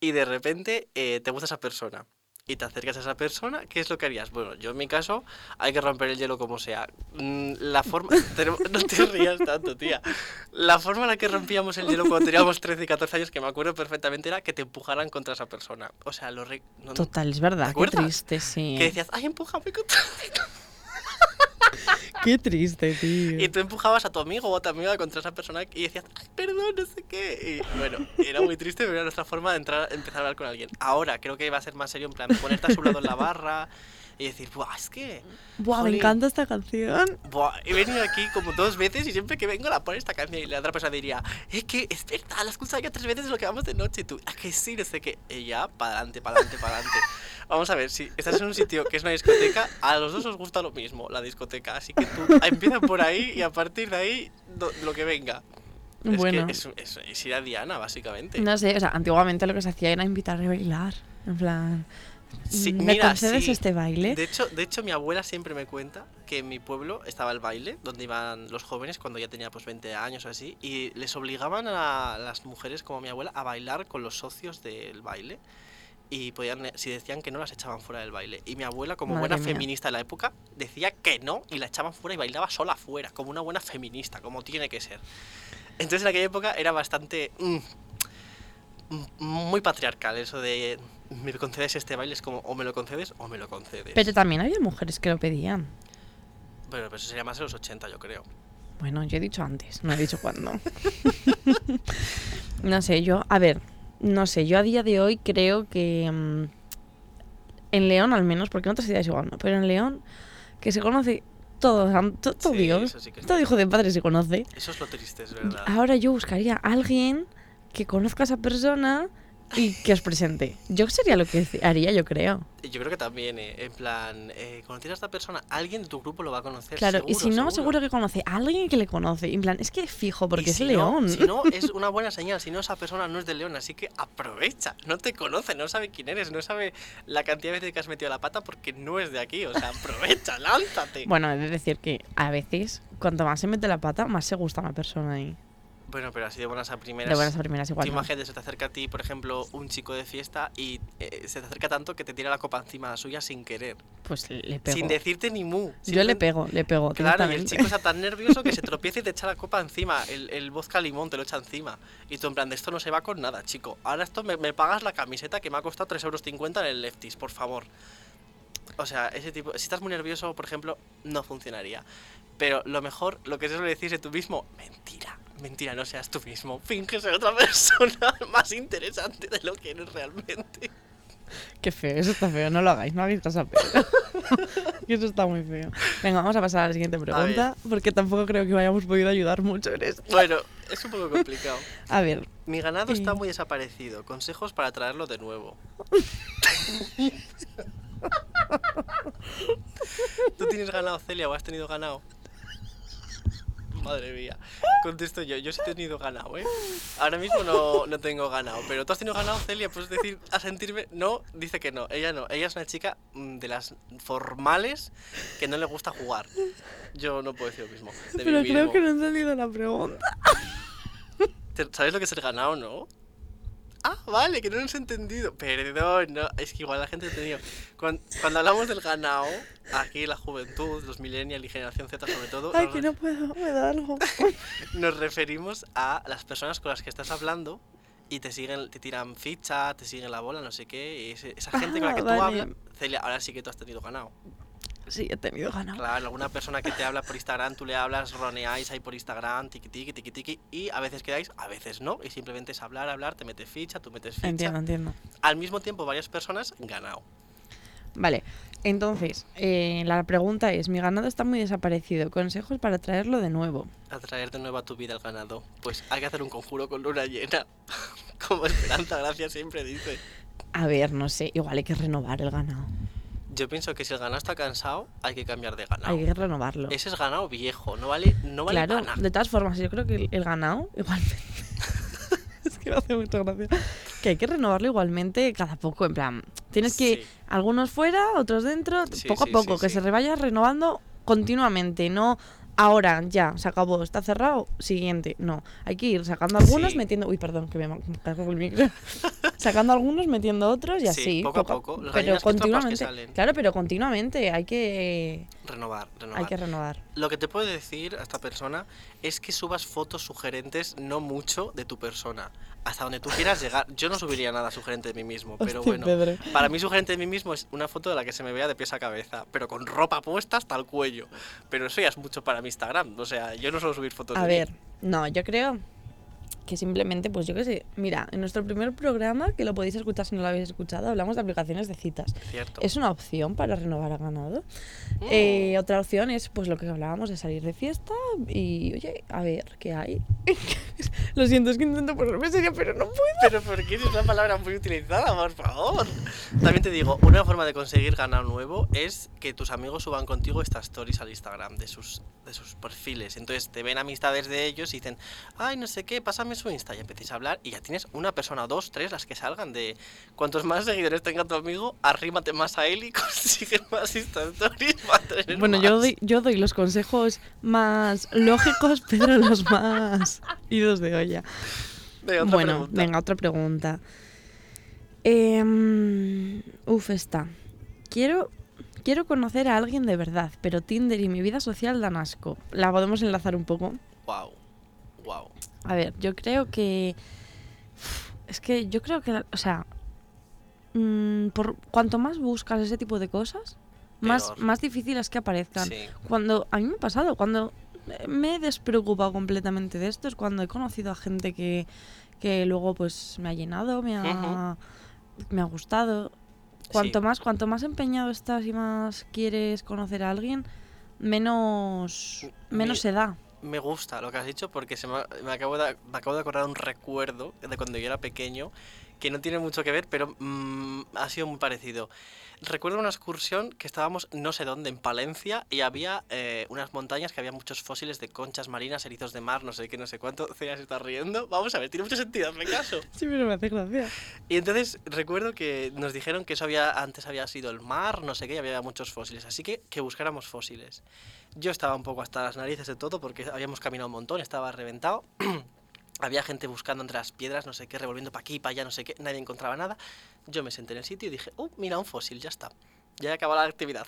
[SPEAKER 5] y de repente eh, te gusta esa persona. Y te acercas a esa persona, ¿qué es lo que harías? Bueno, yo en mi caso hay que romper el hielo como sea. Mm, La forma... tenemos- No te rías tanto, tía. La forma en la que rompíamos el hielo cuando teníamos 13 y 14 años, que me acuerdo perfectamente, era que te empujaran contra esa persona. O sea, lo... re- no- no-
[SPEAKER 4] Total, es verdad. Qué
[SPEAKER 5] acuerdas?
[SPEAKER 4] triste, sí.
[SPEAKER 5] Que decías, ay, empújame contra...
[SPEAKER 4] Qué triste,
[SPEAKER 5] Y
[SPEAKER 4] tío.
[SPEAKER 5] tú empujabas a tu amigo o a tu amiga contra esa persona y decías, ay, perdón, no sé qué. Y bueno, era muy triste, pero era nuestra forma de entrar, empezar a hablar con alguien. Ahora creo que va a ser más serio, en plan, ponerte a su lado en la barra y decir, buah, es que,
[SPEAKER 4] Buah,
[SPEAKER 5] Jolín.
[SPEAKER 4] me encanta esta canción.
[SPEAKER 5] buah, he venido aquí como dos veces y siempre que vengo la pone esta canción y la otra persona diría, es que, es verdad, la he escuchado ya tres veces de lo que vamos de noche y tú, ah, que sí, no sé qué. Y ya, para adelante, para adelante, para
[SPEAKER 4] [LAUGHS]
[SPEAKER 5] adelante. Vamos a ver, si estás en un sitio que es una discoteca, a los dos os gusta lo mismo, la discoteca. Así que tú [LAUGHS] empieza por ahí y a partir de ahí, do- lo que venga. Es
[SPEAKER 4] Bueno.
[SPEAKER 5] que es, es- es ir a Diana, básicamente.
[SPEAKER 4] No sé, o sea, antiguamente lo que se hacía era invitar a bailar. En plan,
[SPEAKER 5] Sí,
[SPEAKER 4] ¿me
[SPEAKER 5] mira,
[SPEAKER 4] concedes
[SPEAKER 5] sí.
[SPEAKER 4] este baile?
[SPEAKER 5] De hecho, de hecho, mi abuela siempre me cuenta que en mi pueblo estaba el baile, donde iban los jóvenes cuando ya tenía pues 20 años o así, y les obligaban a las mujeres como mi abuela a bailar con los socios del baile. Y podían, si decían que no, las echaban fuera del baile. Y mi abuela, como
[SPEAKER 4] Madre
[SPEAKER 5] buena
[SPEAKER 4] mía.
[SPEAKER 5] feminista de la época, decía que no y la echaban fuera y bailaba sola fuera, como una buena feminista, como tiene que ser. Entonces en aquella época era bastante mm, m- muy patriarcal eso de me concedes este baile es como o me lo concedes o me lo concedes.
[SPEAKER 4] Pero también había mujeres que lo pedían.
[SPEAKER 5] Pero, pero eso sería más en los 80, yo creo.
[SPEAKER 4] Bueno, yo he dicho antes, no he dicho
[SPEAKER 5] [LAUGHS]
[SPEAKER 4] cuándo. no sé, yo, a ver, no sé, yo a día de hoy creo que mm, en León al menos, porque en otras ciudades igual no, pero en León que se conoce todo, san- to- todo
[SPEAKER 5] Sí,
[SPEAKER 4] Dios,
[SPEAKER 5] eso sí que es
[SPEAKER 4] todo hijo de padre se conoce.
[SPEAKER 5] Eso es lo triste, es verdad.
[SPEAKER 4] Ahora yo buscaría a alguien que conozca a esa persona y que os presente. Yo sería lo que [LAUGHS] haría, yo creo.
[SPEAKER 5] Yo creo que también, eh, en plan, eh, conocer a esta persona, alguien de tu grupo lo va a conocer.
[SPEAKER 4] Claro, y
[SPEAKER 5] seguro,
[SPEAKER 4] si no, seguro. que conoce a alguien que le conoce. En plan, es que fijo, porque
[SPEAKER 5] Y
[SPEAKER 4] es
[SPEAKER 5] si no-
[SPEAKER 4] León.
[SPEAKER 5] si no, es una buena señal. Si no, esa persona no es de León, así que aprovecha. No te conoce, no sabe quién eres, no sabe la cantidad de veces que has metido la pata porque no es de aquí. O sea, aprovecha, [LAUGHS] lánzate.
[SPEAKER 4] Bueno, es decir que a veces, cuanto más se mete la pata, más se gusta una persona ahí.
[SPEAKER 5] Bueno, pero así de buenas a primeras.
[SPEAKER 4] De buenas a primeras
[SPEAKER 5] Tú
[SPEAKER 4] igual. no.
[SPEAKER 5] imagínate, se te acerca a ti, por ejemplo, un chico de fiesta y eh, se te acerca tanto que te tira la copa encima la suya sin querer,
[SPEAKER 4] Pues le pego.
[SPEAKER 5] sin decirte ni
[SPEAKER 4] Yo
[SPEAKER 5] mu.
[SPEAKER 4] le
[SPEAKER 5] simplemente-
[SPEAKER 4] pego, le pego.
[SPEAKER 5] Claro, y el
[SPEAKER 4] directamente.
[SPEAKER 5] chico está tan nervioso que se tropieza y te echa la copa encima, el, el vodka limón te lo echa encima. Y tú en plan, de esto no se va con nada, chico. Ahora esto me, me pagas la camiseta que me ha costado 3,50 euros en el Lefties, por favor. O sea, ese tipo, si estás muy nervioso, por ejemplo, no funcionaría. Pero lo mejor, lo que se suele decir es tú mismo, mentira, mentira, no seas tú mismo. Finge ser otra [LAUGHS] persona más interesante de lo que eres realmente.
[SPEAKER 4] [LAUGHS] Qué feo, eso está feo. No lo hagáis, no hagáis cosas [LAUGHS] peor. eso está muy feo. Venga, vamos a pasar a la siguiente pregunta, porque tampoco creo que hayamos podido ayudar mucho en esto.
[SPEAKER 5] Bueno, es un poco complicado.
[SPEAKER 4] A ver,
[SPEAKER 5] Mi ganado está
[SPEAKER 4] Eh.
[SPEAKER 5] muy desaparecido. Consejos para traerlo
[SPEAKER 4] [LAUGHS]
[SPEAKER 5] de nuevo. ¿Tú tienes ganado, Celia, o has tenido ganado? Madre mía. Contesto yo, yo sí he tenido ganado, ¿eh? Ahora mismo no, no tengo ganado, pero tú has tenido ganado, Celia, puedes decir, a sentirme... No, dice que no, ella no. Ella es una chica mm, de las formales que no le gusta jugar. Yo no puedo decir lo mismo. De mí
[SPEAKER 4] pero creo
[SPEAKER 5] mismo.
[SPEAKER 4] que no he entendido la pregunta.
[SPEAKER 5] Te- ¿Sabes lo que es el ganado, no? Ah, vale, que no lo he entendido. Perdón, no, es que igual la gente ha entendido. Cuan- Cuando, hablamos del ganado, aquí la juventud, los millennials y generación Z sobre todo,
[SPEAKER 4] Ay,
[SPEAKER 5] nos,
[SPEAKER 4] que no puedo, me da algo.
[SPEAKER 5] nos referimos a las personas con las que estás hablando y te siguen, te tiran ficha, te siguen la bola, no sé qué. Y ese- esa gente con la
[SPEAKER 4] Ah,
[SPEAKER 5] que tú
[SPEAKER 4] vale.
[SPEAKER 5] hablas, Celia, ahora sí que tú has tenido ganado.
[SPEAKER 4] Sí, he tenido ganado.
[SPEAKER 5] Claro, alguna persona que te habla por Instagram, tú le hablas, roneáis ahí por Instagram, tiqui tiqui, tiqui tiqui, y a veces quedáis, a veces no, y simplemente es hablar, hablar, te metes ficha, tú metes ficha.
[SPEAKER 4] Entiendo, entiendo.
[SPEAKER 5] Al mismo tiempo, varias personas ganado.
[SPEAKER 4] Vale, entonces, eh, la pregunta es, mi ganado está muy desaparecido, consejos para traerlo de nuevo.
[SPEAKER 5] Atraer de nuevo a tu vida el ganado. Pues hay que hacer un conjuro con luna llena. [LAUGHS] Como Esperanza Gracia siempre dice.
[SPEAKER 4] A ver, no sé, igual hay que renovar el ganado.
[SPEAKER 5] Yo pienso que si el ganado está cansado, hay que cambiar de ganado.
[SPEAKER 4] Hay que renovarlo.
[SPEAKER 5] Ese es ganado viejo, no vale, no vale
[SPEAKER 4] claro,
[SPEAKER 5] para nada.
[SPEAKER 4] de todas formas, yo creo que el, el ganado,
[SPEAKER 5] [LAUGHS]
[SPEAKER 4] igualmente... es que me hace mucha gracia. Que hay que renovarlo igualmente cada poco, en plan, tienes que...
[SPEAKER 5] Sí.
[SPEAKER 4] Algunos fuera, otros dentro,
[SPEAKER 5] Sí,
[SPEAKER 4] poco
[SPEAKER 5] sí,
[SPEAKER 4] a poco,
[SPEAKER 5] sí,
[SPEAKER 4] que
[SPEAKER 5] sí.
[SPEAKER 4] se vaya renovando continuamente, no... Ahora, ya, se acabó, está cerrado, siguiente. No, hay que ir sacando algunos,
[SPEAKER 5] Sí.
[SPEAKER 4] metiendo... Uy, perdón, que me ma- me cargo el micro. [LAUGHS] sacando algunos, metiendo otros y
[SPEAKER 5] Sí,
[SPEAKER 4] así.
[SPEAKER 5] poco a poco. Las
[SPEAKER 4] Pero
[SPEAKER 5] gallinas que tropas que
[SPEAKER 4] continuamente.
[SPEAKER 5] salen.
[SPEAKER 4] Claro, pero continuamente hay que,
[SPEAKER 5] Renovar, renovar.
[SPEAKER 4] hay que renovar.
[SPEAKER 5] Lo que te puedo decir a esta persona es que subas fotos sugerentes, no mucho, de tu persona. Hasta donde tú quieras llegar. Yo no subiría nada sugerente de mí mismo, pero
[SPEAKER 4] Hostia,
[SPEAKER 5] bueno.
[SPEAKER 4] Pedro.
[SPEAKER 5] Para mí sugerente de mí mismo es una foto de la que se me vea de pies a cabeza, pero con ropa puesta hasta el cuello. Pero eso ya es mucho para mi Instagram. O sea, yo no suelo subir fotos
[SPEAKER 4] A
[SPEAKER 5] de
[SPEAKER 4] ver,
[SPEAKER 5] mí.
[SPEAKER 4] no, yo creo que simplemente, pues yo qué sé, mira, en nuestro primer programa, que lo podéis escuchar si no lo habéis escuchado, hablamos de aplicaciones de citas.
[SPEAKER 5] Cierto.
[SPEAKER 4] Es una opción para renovar a ganado. Eh, otra opción es pues lo que hablábamos de salir de fiesta y, oye, a ver, ¿qué hay? [LAUGHS] lo siento, es que intento ponerme seria, pero no puedo.
[SPEAKER 5] Pero porque es una palabra muy utilizada, por favor. También te digo, una forma de conseguir ganar nuevo es que tus amigos suban contigo estas stories al Instagram de sus, de sus perfiles. Entonces te ven amistades de ellos y dicen, ay, no sé qué, pásame su Insta. Y empecéis a hablar y ya tienes una persona, dos, tres, las que salgan de... Cuantos más seguidores tenga tu amigo, arrímate más a él y [LAUGHS] consigue más Insta stories para tener
[SPEAKER 4] Bueno, yo
[SPEAKER 5] más.
[SPEAKER 4] doy, yo doy los consejos más lógicos, pero los [LAUGHS] más idos de olla.
[SPEAKER 5] Venga, otra
[SPEAKER 4] bueno,
[SPEAKER 5] pregunta.
[SPEAKER 4] venga, otra pregunta. Em, uf, está. Quiero, quiero conocer a alguien de verdad, pero Tinder y mi vida social dan asco. La podemos enlazar un poco.
[SPEAKER 5] Wow, wow.
[SPEAKER 4] A ver, yo creo que. Es que yo creo que. O sea. mm, por, cuanto más buscas ese tipo de cosas, más,
[SPEAKER 5] Peor.
[SPEAKER 4] más difícil es que aparezcan.
[SPEAKER 5] Sí.
[SPEAKER 4] Cuando. A mí me ha pasado, cuando eh, me he despreocupado completamente de esto, es cuando he conocido a gente que, que luego pues me ha llenado, me ha, me ha gustado. Cuanto
[SPEAKER 5] Sí.
[SPEAKER 4] más, cuanto más empeñado estás y más quieres conocer a alguien, menos,
[SPEAKER 5] Mi-
[SPEAKER 4] menos se da.
[SPEAKER 5] Me gusta lo que has dicho porque se me, ha- me acabo de, me acabo de acordar un recuerdo de cuando yo era pequeño que no tiene mucho que ver, pero mm, ha sido muy parecido. Recuerdo una excursión que estábamos no sé dónde, en Palencia, y había eh, unas montañas que había muchos fósiles de conchas marinas, erizos de mar, no sé qué, no sé cuánto. Celia se está riendo. Vamos a ver, tiene mucho sentido, me caso.
[SPEAKER 4] Sí, pero me hace gracia.
[SPEAKER 5] Y entonces recuerdo que nos dijeron que eso había antes había sido el mar, no sé qué, y había muchos fósiles, así que que buscáramos fósiles. Yo estaba un poco hasta las narices de todo porque habíamos caminado un montón, estaba reventado. [CLEARS THROAT] había gente buscando entre las piedras, no sé qué, revolviendo para aquí, para allá, no sé qué, nadie encontraba nada. Yo me senté en el sitio y dije, "Uh, mira un fósil, ya está. Ya he acabado la actividad."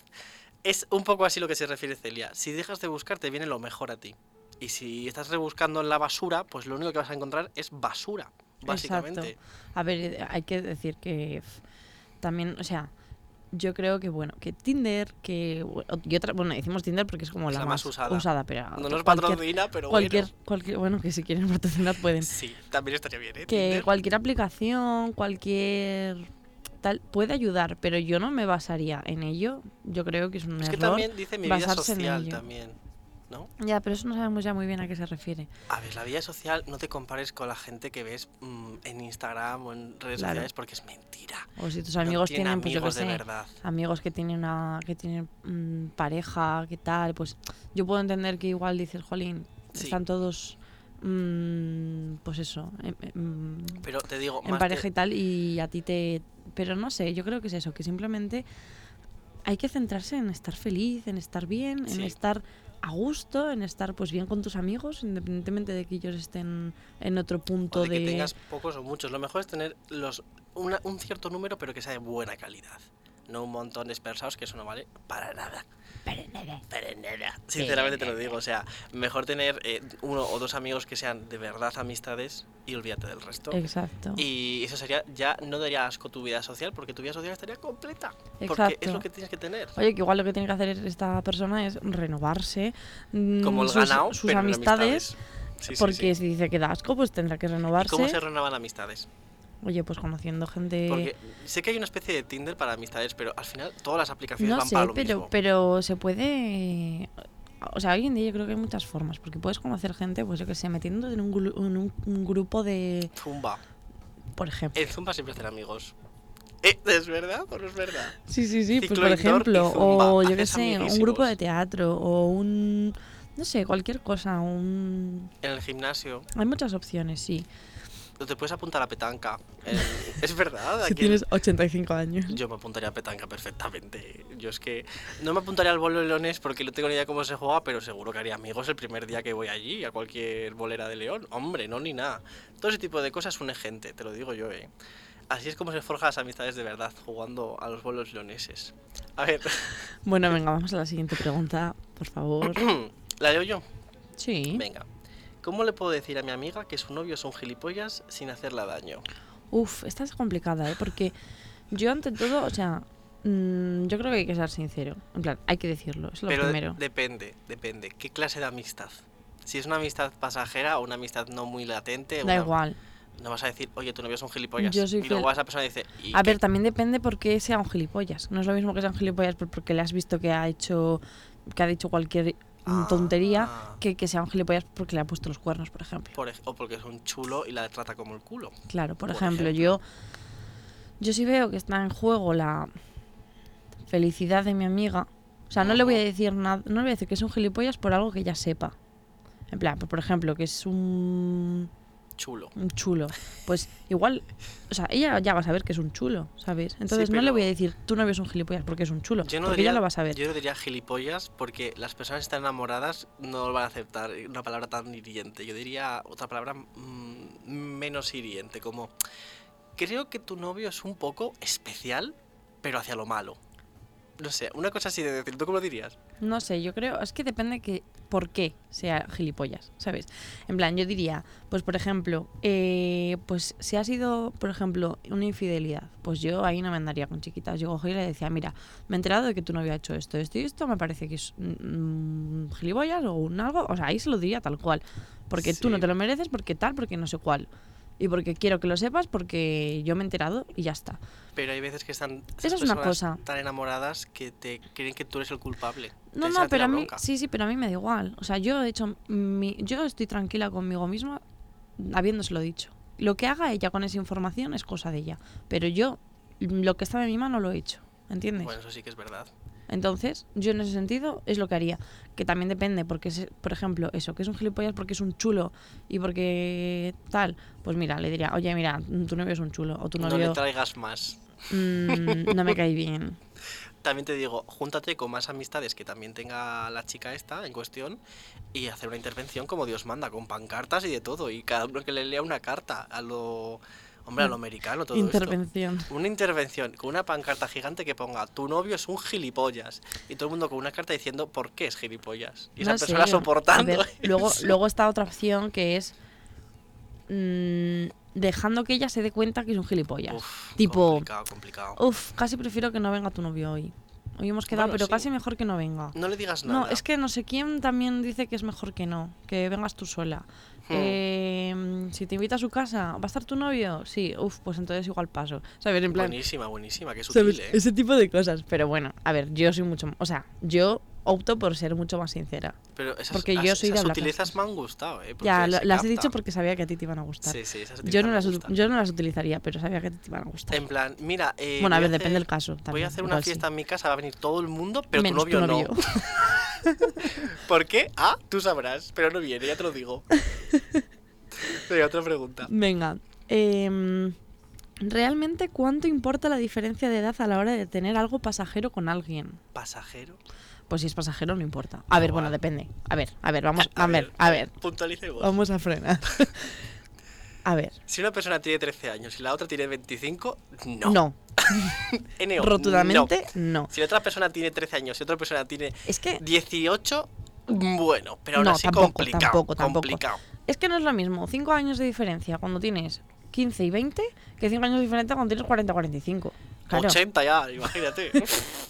[SPEAKER 5] Es un poco así lo que se refiere Celia. Si dejas de buscar, te viene lo mejor a ti. Y si estás rebuscando en la basura, pues lo único que vas a encontrar es basura, básicamente.
[SPEAKER 4] A ver, eh, hay que decir que f- también, o sea, yo creo que bueno, que Tinder, que bueno, y otra- bueno, decimos Tinder porque es como
[SPEAKER 5] Es
[SPEAKER 4] la,
[SPEAKER 5] la más usada.
[SPEAKER 4] pero
[SPEAKER 5] No
[SPEAKER 4] cualquier,
[SPEAKER 5] nos patrocina, pero
[SPEAKER 4] cualquier,
[SPEAKER 5] bueno.
[SPEAKER 4] cualquier- bueno, que si quieren [LAUGHS] patrocinar pueden.
[SPEAKER 5] Sí, también estaría bien, ¿eh?
[SPEAKER 4] Que
[SPEAKER 5] Tinder.
[SPEAKER 4] cualquier aplicación, cualquier tal puede ayudar, pero yo no me basaría en ello. Yo creo que es un
[SPEAKER 5] es que
[SPEAKER 4] error.
[SPEAKER 5] también dice mi vida
[SPEAKER 4] basarse en
[SPEAKER 5] social
[SPEAKER 4] ello.
[SPEAKER 5] también, ¿no?
[SPEAKER 4] Ya, pero eso no sabemos ya muy bien a qué se refiere.
[SPEAKER 5] A ver, la vida social no te compares con la gente que ves mm, en Instagram o en redes
[SPEAKER 4] Claro.
[SPEAKER 5] sociales porque es mentira.
[SPEAKER 4] O si tus
[SPEAKER 5] No
[SPEAKER 4] amigos
[SPEAKER 5] tiene
[SPEAKER 4] tienen, pues yo qué
[SPEAKER 5] amigos de
[SPEAKER 4] sé,
[SPEAKER 5] verdad.
[SPEAKER 4] amigos que tienen una que tienen mm, pareja, qué tal, pues yo puedo entender que igual dices, "Jolín,
[SPEAKER 5] Sí.
[SPEAKER 4] están todos mm, pues eso, em- em, en,
[SPEAKER 5] Pero te digo, más
[SPEAKER 4] pareja
[SPEAKER 5] que-
[SPEAKER 4] y tal y a ti te pero no sé, yo creo que es eso, que simplemente hay que centrarse en estar feliz, en estar bien, en
[SPEAKER 5] Sí.
[SPEAKER 4] estar a gusto, en estar pues bien con tus amigos, independientemente de que ellos estén en otro punto
[SPEAKER 5] o de que tengas pocos o muchos. Lo mejor es tener los una- un cierto número, pero que sea de buena calidad. No un montón dispersados, que eso no vale para nada. Para nada. Sinceramente te lo digo. O sea, mejor tener eh, uno o dos amigos que sean de verdad amistades y olvídate del resto.
[SPEAKER 4] Exacto.
[SPEAKER 5] Y eso sería, ya no daría asco tu vida social, porque tu vida social estaría completa. Porque es
[SPEAKER 4] Exacto.
[SPEAKER 5] lo que tienes que tener.
[SPEAKER 4] Oye, que igual lo que tiene que hacer es- esta persona es renovarse mm,
[SPEAKER 5] Como el
[SPEAKER 4] sus,
[SPEAKER 5] ganado,
[SPEAKER 4] sus
[SPEAKER 5] pero en
[SPEAKER 4] amistades,
[SPEAKER 5] Sí, sí,
[SPEAKER 4] porque
[SPEAKER 5] sí.
[SPEAKER 4] si dice que da asco, pues tendrá que
[SPEAKER 5] ¿Y ¿Cómo
[SPEAKER 4] renovarse.
[SPEAKER 5] se renovan amistades?
[SPEAKER 4] Oye, pues conociendo gente...
[SPEAKER 5] Porque sé que hay una especie de Tinder para amistades, pero al final todas las aplicaciones
[SPEAKER 4] no
[SPEAKER 5] van
[SPEAKER 4] sé,
[SPEAKER 5] para lo
[SPEAKER 4] pero,
[SPEAKER 5] mismo.
[SPEAKER 4] pero se puede... O sea, hoy en día yo creo que hay muchas formas, porque puedes conocer gente, pues yo que sé, metiéndote en un, gru- en un- un grupo de...
[SPEAKER 5] Zumba.
[SPEAKER 4] Por ejemplo.
[SPEAKER 5] En Zumba siempre hacen amigos. Eh, ¿Es verdad o no es verdad?
[SPEAKER 4] Sí, sí, sí, pues
[SPEAKER 5] Ciclo
[SPEAKER 4] por
[SPEAKER 5] indoor y
[SPEAKER 4] ejemplo,
[SPEAKER 5] zumba,
[SPEAKER 4] o yo qué
[SPEAKER 5] haces
[SPEAKER 4] sé, un
[SPEAKER 5] amiguísimos.
[SPEAKER 4] grupo de teatro, o un... No sé, cualquier cosa, un...
[SPEAKER 5] En el gimnasio,
[SPEAKER 4] Hay muchas opciones, sí.
[SPEAKER 5] no te puedes apuntar a petanca. En- Es [LAUGHS] verdad.
[SPEAKER 4] Si
[SPEAKER 5] aquí en-
[SPEAKER 4] tienes 85 años.
[SPEAKER 5] Yo me apuntaría a petanca perfectamente. Yo es que no me apuntaría al bolo de leones porque no tengo ni idea cómo se juega, pero seguro que haría amigos el primer día que voy allí, a cualquier bolera de león. Hombre, no ni nada. Todo ese tipo de cosas une gente, te lo digo yo, ¿eh? Así es como se forjan las amistades de verdad, jugando a los bolos leoneses. A ver, [CLEARS THROAT]
[SPEAKER 4] Bueno, venga, vamos a la siguiente pregunta, por favor.
[SPEAKER 5] ¿la leo yo?
[SPEAKER 4] Sí.
[SPEAKER 5] Venga. ¿Cómo le puedo decir a mi amiga que su novio es un gilipollas sin hacerla daño?
[SPEAKER 4] Uf, esta es complicada, ¿eh? Porque yo ante todo, o sea, mm, yo creo que hay que ser sincero. En plan, hay que decirlo, es lo
[SPEAKER 5] Pero de-
[SPEAKER 4] primero.
[SPEAKER 5] depende, depende. ¿Qué clase de amistad? Si es una amistad pasajera o una amistad no muy latente,
[SPEAKER 4] da
[SPEAKER 5] una-
[SPEAKER 4] igual.
[SPEAKER 5] no vas a decir, oye, tu novio es un gilipollas.
[SPEAKER 4] Yo soy
[SPEAKER 5] y luego
[SPEAKER 4] fiel.
[SPEAKER 5] esa persona dice, "¿Y
[SPEAKER 4] A
[SPEAKER 5] qué
[SPEAKER 4] ver, también depende por qué sea un gilipollas. No es lo mismo que sea un gilipollas por- porque le has visto que ha hecho, que ha dicho cualquier mm, tontería,
[SPEAKER 5] Ah.
[SPEAKER 4] que, que sea un gilipollas porque le ha puesto los cuernos, por ejemplo.
[SPEAKER 5] Por ej- o porque es un chulo y la trata como el culo.
[SPEAKER 4] Claro, por,
[SPEAKER 5] Por
[SPEAKER 4] ejemplo, yo yo sí veo que está en juego la felicidad de mi amiga. O sea, no le voy a
[SPEAKER 5] Ujú.
[SPEAKER 4] decir nada, no le voy a decir que es un gilipollas por algo que ya sepa. En plan, pues, por ejemplo, que es un,
[SPEAKER 5] Chulo.
[SPEAKER 4] un chulo. Pues igual, o sea, ella ya va a saber que es un chulo, ¿sabes? Entonces no le
[SPEAKER 5] pero-
[SPEAKER 4] voy a decir, tú no ves un gilipollas porque es un chulo.
[SPEAKER 5] Yo no,
[SPEAKER 4] porque
[SPEAKER 5] diría,
[SPEAKER 4] ella lo va a saber.
[SPEAKER 5] yo no diría gilipollas porque las personas que están enamoradas no van a aceptar eh, una palabra tan hiriente. Yo diría otra palabra mm, menos hiriente, como creo que tu novio es un poco especial, pero hacia lo malo. No sé, una cosa así de decir, ¿tú cómo lo dirías?
[SPEAKER 4] No sé, yo creo, es que depende que por qué sea gilipollas, ¿sabes? En plan, yo diría, pues por ejemplo, eh, pues si ha sido, por ejemplo, una infidelidad, pues yo ahí no me andaría con chiquitas. Yo cogí y le decía, mira, me he enterado de que tu novio ha hecho esto, esto y esto, me parece que es mm, mm, gilipollas o un algo, o sea, ahí se lo diría tal cual, porque tú no
[SPEAKER 5] Sí.
[SPEAKER 4] te lo mereces, porque tal, porque no sé cuál. Y porque quiero que lo sepas, porque yo me he enterado y ya está.
[SPEAKER 5] Pero hay veces que están esas
[SPEAKER 4] Esa es una
[SPEAKER 5] personas
[SPEAKER 4] cosa.
[SPEAKER 5] tan enamoradas que te creen que tú eres el culpable.
[SPEAKER 4] No,
[SPEAKER 5] Te
[SPEAKER 4] no,
[SPEAKER 5] echan
[SPEAKER 4] pero
[SPEAKER 5] la
[SPEAKER 4] a mí
[SPEAKER 5] bronca.
[SPEAKER 4] sí, sí, pero a mí me da igual. O sea, yo he hecho mi, yo estoy tranquila conmigo misma habiéndoselo dicho. Lo que haga ella con esa información es cosa de ella, pero yo mm, lo que estaba en mi mano lo he hecho, ¿entiendes?
[SPEAKER 5] Bueno, Pues eso sí que es verdad.
[SPEAKER 4] Entonces, yo en ese sentido es lo que haría, que también depende porque es, por ejemplo, eso, que es un gilipollas porque es un chulo y porque tal, pues mira, le diría, "Oye, mira, mm, tu novio es un chulo o tu
[SPEAKER 5] No le
[SPEAKER 4] novio
[SPEAKER 5] traigas más.
[SPEAKER 4] mm, no me cae bien."
[SPEAKER 5] También te digo, júntate con más amistades que también tenga la chica esta en cuestión y hacer una intervención como Dios manda, con pancartas y de todo. Y cada uno que le lea una carta a lo. Hombre, a
[SPEAKER 4] Mm.
[SPEAKER 5] lo americano, [LAUGHS] todo esto.
[SPEAKER 4] Intervención.
[SPEAKER 5] Una intervención con una pancarta gigante que ponga tu novio es un gilipollas. Y todo el mundo con una carta diciendo por qué es gilipollas. Y esa
[SPEAKER 4] No sé,
[SPEAKER 5] persona
[SPEAKER 4] yo-
[SPEAKER 5] soportando. [LAUGHS]
[SPEAKER 4] a ver, [LAUGHS] luego,
[SPEAKER 5] eso.
[SPEAKER 4] luego está otra opción que es mm, dejando que ella se dé cuenta que es un gilipollas.
[SPEAKER 5] Uf,
[SPEAKER 4] tipo- Oh.
[SPEAKER 5] Complicado, complicado.
[SPEAKER 4] Uf, casi prefiero que no venga tu novio hoy. Hoy hemos quedado,
[SPEAKER 5] Bueno,
[SPEAKER 4] pero
[SPEAKER 5] sí.
[SPEAKER 4] casi mejor que no venga.
[SPEAKER 5] No le digas nada.
[SPEAKER 4] No, es que no sé quién también dice que es mejor que no, que vengas tú sola.
[SPEAKER 5] Hmm.
[SPEAKER 4] Eh, si te invita a su casa, ¿va a estar tu novio? Sí, uf, pues entonces igual paso. ¿Sabes? En plan,
[SPEAKER 5] Buenísima, buenísima, que es
[SPEAKER 4] ¿sabes?
[SPEAKER 5] sutil, ¿eh?
[SPEAKER 4] ese tipo de cosas. Pero bueno, a ver, yo soy mucho, o sea, yo opto por ser mucho más sincera.
[SPEAKER 5] Pero esas,
[SPEAKER 4] porque yo
[SPEAKER 5] esas-
[SPEAKER 4] soy de
[SPEAKER 5] esas
[SPEAKER 4] hablar las
[SPEAKER 5] sutilezas
[SPEAKER 4] cosas.
[SPEAKER 5] me han gustado, ¿eh?
[SPEAKER 4] Ya,
[SPEAKER 5] Porque
[SPEAKER 4] lo-
[SPEAKER 5] se
[SPEAKER 4] las he
[SPEAKER 5] capta.
[SPEAKER 4] dicho porque sabía que a ti te iban a gustar.
[SPEAKER 5] Sí, sí, esas
[SPEAKER 4] Yo no,
[SPEAKER 5] utilizan,
[SPEAKER 4] las,
[SPEAKER 5] me
[SPEAKER 4] ut-
[SPEAKER 5] gustan.
[SPEAKER 4] yo no las utilizaría, pero sabía que a ti te iban a gustar.
[SPEAKER 5] En plan, mira. eh,
[SPEAKER 4] bueno, a
[SPEAKER 5] voy
[SPEAKER 4] ver,
[SPEAKER 5] hacer-
[SPEAKER 4] depende del caso.
[SPEAKER 5] Voy
[SPEAKER 4] también,
[SPEAKER 5] a hacer una
[SPEAKER 4] igual sí.
[SPEAKER 5] fiesta en mi casa, va a venir todo el mundo, pero
[SPEAKER 4] Menos
[SPEAKER 5] tu novio, no. [LAUGHS] ¿Por qué? Ah, tú sabrás, pero no viene, ya te lo
[SPEAKER 4] [LAUGHS]
[SPEAKER 5] digo. Venga, otra pregunta.
[SPEAKER 4] [LAUGHS] Venga. em, ¿Realmente cuánto importa la diferencia de edad a la hora de tener algo pasajero con alguien?
[SPEAKER 5] ¿Pasajero?
[SPEAKER 4] Pues si es pasajero, no importa. A ver, bueno,
[SPEAKER 5] Igual.
[SPEAKER 4] depende. A ver, a ver,
[SPEAKER 5] [LAUGHS]
[SPEAKER 4] vamos, a, ver, a ver.
[SPEAKER 5] Puntualicemos.
[SPEAKER 4] Vamos a frenar. [LAUGHS] a ver.
[SPEAKER 5] Si una persona tiene 13 años y la otra tiene 25, no.
[SPEAKER 4] No.
[SPEAKER 5] NO,
[SPEAKER 4] Rotundamente,
[SPEAKER 5] no.
[SPEAKER 4] no.
[SPEAKER 5] Si la otra persona tiene 13 años y otra persona tiene
[SPEAKER 4] Es que
[SPEAKER 5] 18, bueno, pero aún
[SPEAKER 4] No,
[SPEAKER 5] así
[SPEAKER 4] tampoco,
[SPEAKER 5] complicado.
[SPEAKER 4] tampoco, tampoco.
[SPEAKER 5] complicado.
[SPEAKER 4] Es que no es lo mismo 5 años de diferencia cuando tienes 15 y 20 que 5 años de diferencia cuando tienes 40 y 45. Claro.
[SPEAKER 5] 80
[SPEAKER 4] [LAUGHS]
[SPEAKER 5] ya, imagínate.